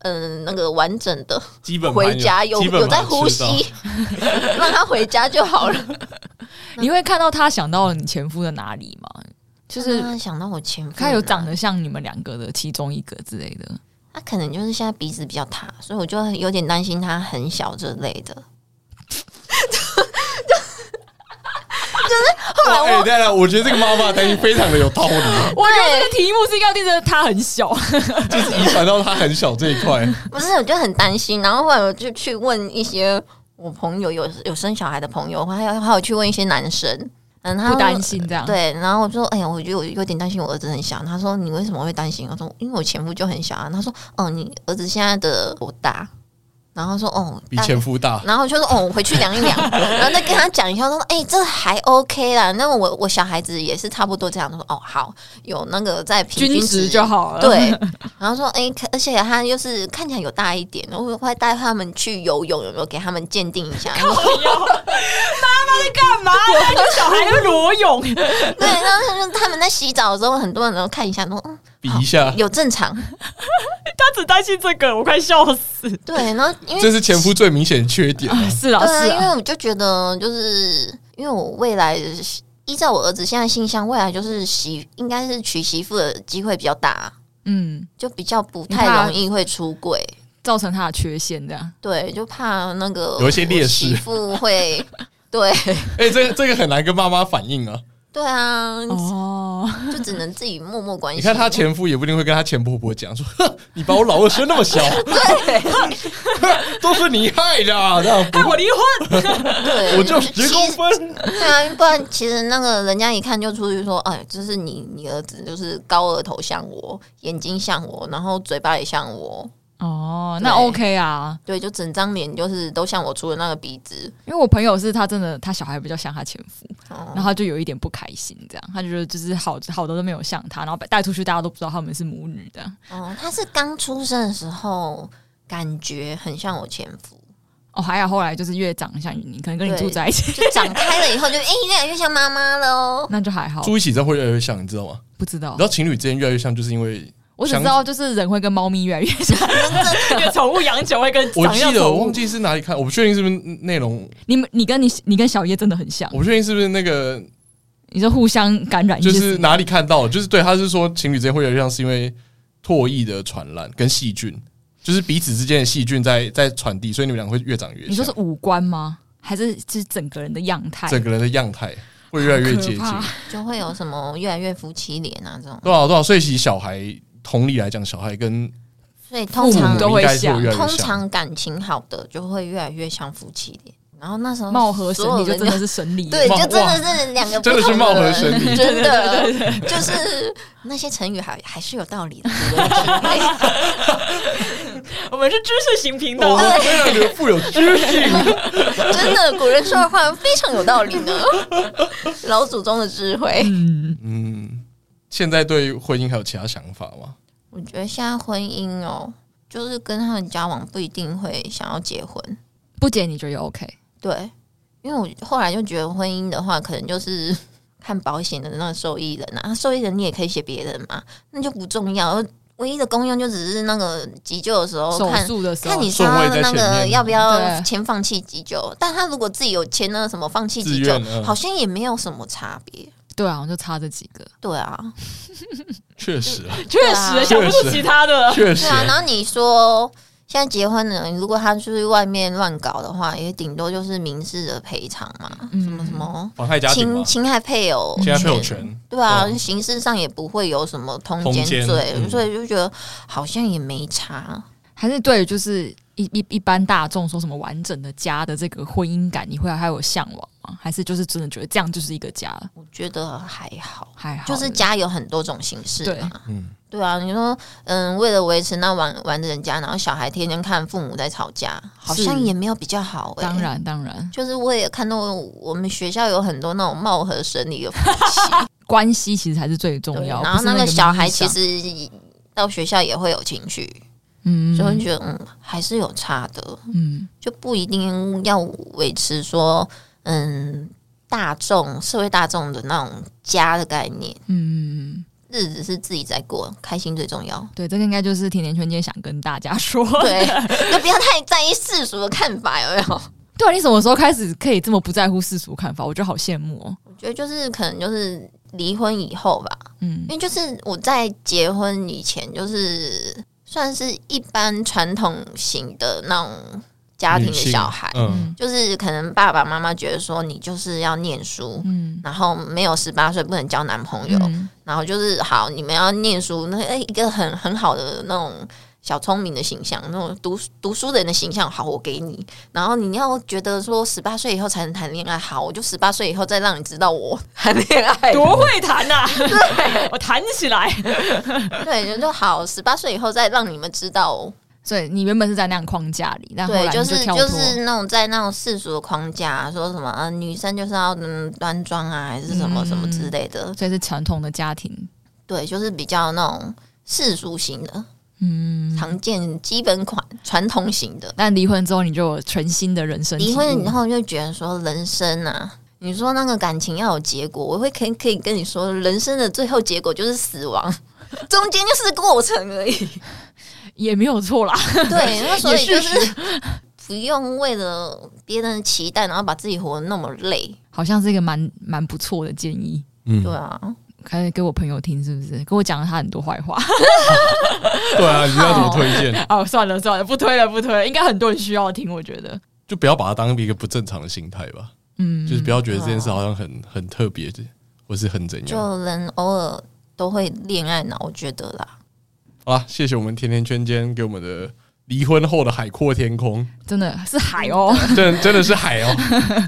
C: 嗯那个完整的
A: 基本盘
C: 回家有
A: 基本
C: 有
A: 盘
C: 在呼
A: 吃到
C: 吸，让他回家就好 了。
B: 你会看到他想到你前夫的哪里吗？就
C: 就是
B: 是
C: 让他想到我前夫，
B: 他有长，得像你们两个的其中一个之类的。
C: 他啊可能就是现在鼻子比较塌，所以我就有点担心他很小之类的。就是后
A: 哎、
C: 来我
A: 当然，我觉得这个妈妈担心非常的有道 理，
B: 我觉得这个题目是要定的，他很小，
A: 就是遗传到她很小这一块。
C: 不是，我就很担心。然后后来我就去问一些我朋友有有生小孩的朋友，还有还有去问一些男生，嗯，他
B: 不
C: 们
B: 担心这样。
C: 对，然后我就说，哎呀，我觉得我有点担心我儿子很小。他说你为什么会担心？我说因为我前夫就很小啊。他说哦，你儿子现在的多大？然后说哦，
A: 比
C: 大
A: 前夫 大，
C: 然后就说哦，我回去量一量，然后再跟他讲一下，说哎、这还 OK 啦。那我我小孩子也是差不多这样。他说哦，好，有那个在平
B: 均值
C: 值
B: 就好了。
C: 对， 然后说哎、可而且他又是看起来有大一点，然后我会带他们去游泳，有没有给他们鉴定一下？
B: 妈妈在干嘛？带着小孩在裸泳，
C: 对，然后他就他们在洗澡的时候，很多人都看一下，说嗯，
A: 比一
B: 啊
A: 下，
C: 有正常。
B: 他只担心这个，我快笑 死。
C: 对，然后因为
A: 这是前夫最明显的缺点啊、
B: 是啦，
C: 对啊，
B: 是
C: 因为
B: 啦，
C: 我就觉得，就是因为我未来依照我儿子现在性向，未来就是媳应该是娶媳妇的机会比较大，
B: 嗯，
C: 就比较不
B: 你怕
C: 太容易会出轨。
B: 造成他的缺陷这样。
C: 对，就怕那个
A: 有一些劣势
C: 我媳妇 会，对
A: 哎、这个这个很难跟妈妈反映啊。
C: 对啊，
B: 哦，
C: 就只能自己默默关心。
A: 你看她前夫也不一定会跟她前婆婆讲说， 呵你把我老二生那么 小， 都是你害的、啊，这样不
D: 害我离婚，
C: 对，
A: 我就
C: 其
A: 十
C: 实
A: 公分。
C: 对啊，不然其实那个人家一看就出去说，哎，就是你你儿子就是高额头像我，眼睛像我，然后嘴巴也像我，
B: 哦，
C: 对
B: 那 OK 啊，
C: 对，就整张脸就是都像我，除了那个鼻子。
B: 因为我朋友是他真的，他小孩比较像他前夫，
C: 哦
B: 然后他就有一点不开心，这样他就觉得就是好好的都没有像他，然后带出去大家都不知道他们是母女的。
C: 哦，他是刚出生的时候感觉很像我前夫，
B: 哦，还有后来就是越长像你，可能跟你
C: 对
B: 住在一 起，
C: 就长开了以后就哎、 越来越像妈妈了哦。
B: 那就还好，
A: 住一起真的会越来越像，你知道吗？
B: 不知道
A: 你知。道情侣之间越来越像，就是因为
B: 我只知道就是人会跟猫咪越来越像。
D: 这个宠物养久会跟
A: 我
D: 长
A: 记
D: 幼
A: 得
D: 宠
A: 我
D: 物
A: 忘记是哪里看，我不确定是不是内容，
B: 你们，你跟你你跟小叶真的很像
A: 我，不确定是不是那个
B: 你就互相感染一些
A: 就
B: 什么，
A: 是哪里看到的，就是对，他是说情侣之间会有点像是因为唾液的传染跟细菌，就是彼此之间的细菌在在传递，所以你们俩会越长越像。
B: 你说是五官吗？还是就是整个人的样态？
A: 整个人的样态会越来越接近，
B: 好可怕
C: 就会有什么越来越夫妻脸啊这种，
A: 多少多少岁起小孩，同理来讲，小孩跟
C: 所以
A: 父
C: 通
A: 母
C: 常
B: 都会
A: 应该是
B: 像
A: 越来
C: 通
A: 越像。
C: 常感情好的就会越来越像夫妻脸。然后那时候
B: 貌合神
C: 哦所
B: 离
C: 有
B: 就
C: 人
B: 真的是神离，
C: 对，
A: 貌
C: 就真的是两个不
A: 真的是
C: 同
A: 貌合
C: 人
A: 神离
C: 真的就是那些成语还还是有道理的。有人体 会
D: 我们是知识型频
A: 我
D: 道，
A: 们非常的富有知性，
C: 真的，古人说的话非常有道理呢， 老祖宗的智慧。
B: 嗯，
A: 嗯，现在对婚姻还有其他想法吗？
C: 我觉得现在婚姻哦，就是跟他们交往不一定会想要结婚，
B: 不解你觉得 OK？
C: 对，因为我后来就觉得婚姻的话，可能就是 看保险的那个受益人啊，受益人你也可以写别人嘛，那就不重要。唯一的功用就只是那个急救的时候
B: 手
C: 哦看
B: 术的时候
C: 看你
A: 顺位
C: 杀
A: 在
C: 的那
A: 前
C: 个
A: 面
C: 要不要
B: 对
C: 签放弃急救，但他如果自己有签那个什么放弃急
A: 自
C: 救
A: 愿，嗯
C: 好像也没有什么差别。
B: 对啊，我就差这几个，
C: 对啊，
A: 确实啊，
D: 确
C: 对啊
D: 实想不出其他的。
A: 确实
C: 对啊。然后你说现在结婚的人，如果他出去外面乱搞的话，也顶多就是民事的赔偿嘛，
B: 嗯
C: 什么什么
A: 妨害家庭
C: 侵
A: 嘛，
C: 侵害配偶
A: 侵害配偶权，
C: 对啊，
A: 嗯
C: 形式上也不会有什么通
A: 通
C: 奸
A: 奸
C: 罪，
A: 嗯
C: 所以就觉得好像也没差。
B: 还是对于就是一一一般大众说什么完整的家的这个婚姻感，你会还有向往吗？还是就是真的觉得这样就是一个家了，
C: 我觉得还好，
B: 还好
C: 就是家有很多种形式嘛。
A: 嗯，
C: 对啊，你说，嗯，为了维持那玩玩的人家，然后小孩天天看父母在吵架，好像
B: 是
C: 也没有比较好、欸。
B: 当，然当然，
C: 就是我也看到我们学校有很多那种貌合神离的夫
B: 关系其实才是最重
C: 妻，
B: 要。
C: 然后
B: 不是那
C: 个小孩
B: 名义
C: 其
B: 上，
C: 实到学校也会有情绪，
B: 嗯
C: 所以我就觉得嗯还是有差的，
B: 嗯，
C: 就不一定要维持说嗯大众社会大众的那种家的概念，
B: 嗯嗯，
C: 日子是自己在过，开心最重要。
B: 对，这个应该就是甜甜圈今天想跟大家说。
C: 对，就不要太在意世俗的看法，有没有？
B: 对啊，你什么时候开始可以这么不在乎世俗看法？我觉得好羡慕哦。
C: 我觉得就是可能就是离婚以后吧，
B: 嗯
C: 因为就是我在结婚以前，就是算是一般传统型的那种家庭的
A: 女性
C: 小孩，
A: 嗯，
C: 就是可能爸爸妈妈觉得说你就是要念书，
B: 嗯，
C: 然后没有十八岁不能交男朋友，
B: 嗯
C: 然后就是好你们要念书，那哎一个很很好的那种。小聪明的形象，那种读读书人的形象，好，我给你。然后你要觉得说十八岁以后才能谈恋爱，好，我就十八岁以后再让你知道我谈恋爱。
D: 多会弹呐、我弹起来，
C: 对，就好，十八岁以后再让你们知道。
B: 所以你原本是在那样框架里，但后
C: 对
B: 来，你
C: 就是
B: 跳脱。
C: 是那种在那种世俗的框架，说什么呃女生就是要嗯端庄啊，还是什么
B: 嗯
C: 什么之类的。
B: 所以是传统的家庭，
C: 对，就是比较那种世俗型的、
B: 嗯。
C: 常见基本款、传统型的。
B: 但离婚之后，你就有全新的人生体悟。
C: 离婚以后就觉得说人生啊。你说那个感情要有结果，我会可以可以跟你说，人生的最后结果就是死亡， 中间就是过程而已。
B: 也没有错啦，
C: 对，那所以
B: 也
C: 就
B: 事
C: 是 不用为了别人的期待，然后把自己活得那么累。
B: 好像是一个蛮蛮不错的建议。
A: 嗯
C: 对啊，
B: 开始给我朋友听，是不是？跟我讲了他很多坏话。
A: 对啊，你要怎么推荐？
B: 哦，算了算了，不推了不推了，应该很多人需要听，我觉得。
A: 就不要把它当一个不正常的心态吧，
B: 嗯，
A: 就是不要觉得这件事好像很很特别，或是很怎样。
C: 就人偶尔都会恋爱脑，我觉得啦。
A: 好啦，谢谢我们甜甜圈间给我们的离婚后的海阔天空，
B: 真的是海哦，
C: 嗯
A: 真真的是海哦，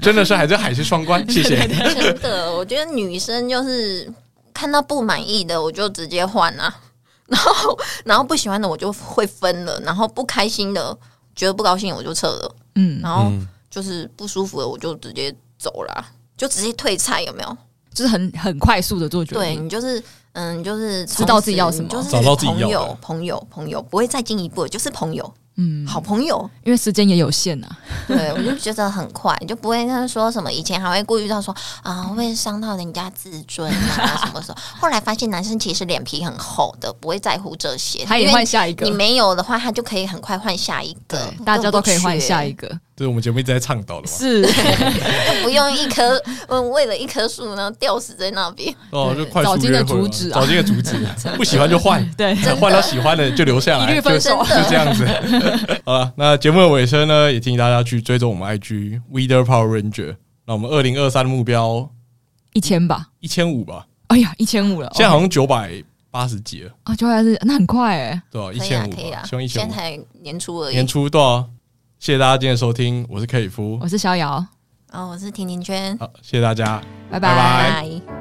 A: 真的是海，这海是双关，谢谢。
C: 真的，我觉得女生就是看到不满意的，我就直接换啊。 然后，然后不喜欢的我就会分了，然后不开心的，觉得不高兴我就撤了，
B: 嗯，
C: 然后就是不舒服的我就直接走啦，就直接退菜，有没有？
B: 就是很很快速的做决
C: 对
B: 定。
C: 你就是，嗯，你就是
B: 知道自己要什么
C: 从此你就
A: 找
C: 是
A: 到自己
C: 朋
A: 要的
C: 友，朋友，朋友，不会再进一步了，就是朋友，
B: 嗯，
C: 好朋友，
B: 因为时间也有限啊。
C: 对，我就觉得很快，就不会他说什么以前还会顾虑到说啊，会不会伤到人家自尊啊什么什么。后来发现男生其实脸皮很厚的，不会在乎这些。
B: 他也
C: 因为
B: 换下一个
C: 你没有的话，他就可以很快换下一个，
B: 对，大家都可以换下一
C: 个，
B: 个，
A: 这是我们节目一直在倡导的嘛，
B: 是
C: 就不用一棵，呃为了一棵树然后吊死在那边。
A: 哦，就快速
B: 找尽
A: 约
B: 了
A: 会嘛
B: 阻止啊
A: 找尽了阻止， 不喜欢就 换，
D: 对，
A: 换到喜欢的就留下来，
B: 一律分
A: 就
B: 手
A: 就这样子。好了，那节目的尾声呢，也提醒大家去追踪我们 IG Weather Power Ranger。那我们二零二三的目标
B: 一千吧。
A: 一千五吧，
B: 哎呀，一千五了，
A: 现在好像九百八十几了，
B: 哦，就还是那很快哎，
A: 对吧？一
C: 可以啊
A: 千，五
C: 可以
A: 吧
C: 啊，，
A: 希望一千
C: 现
A: 五
C: 在。才年初而已。
A: 年初到、啊，谢谢大家今天的收听，我是克里夫，
B: 我是逍遥，
C: 哦，我是甜甜圈，
A: 好，谢谢大家，拜
B: 拜
A: 拜
C: 拜。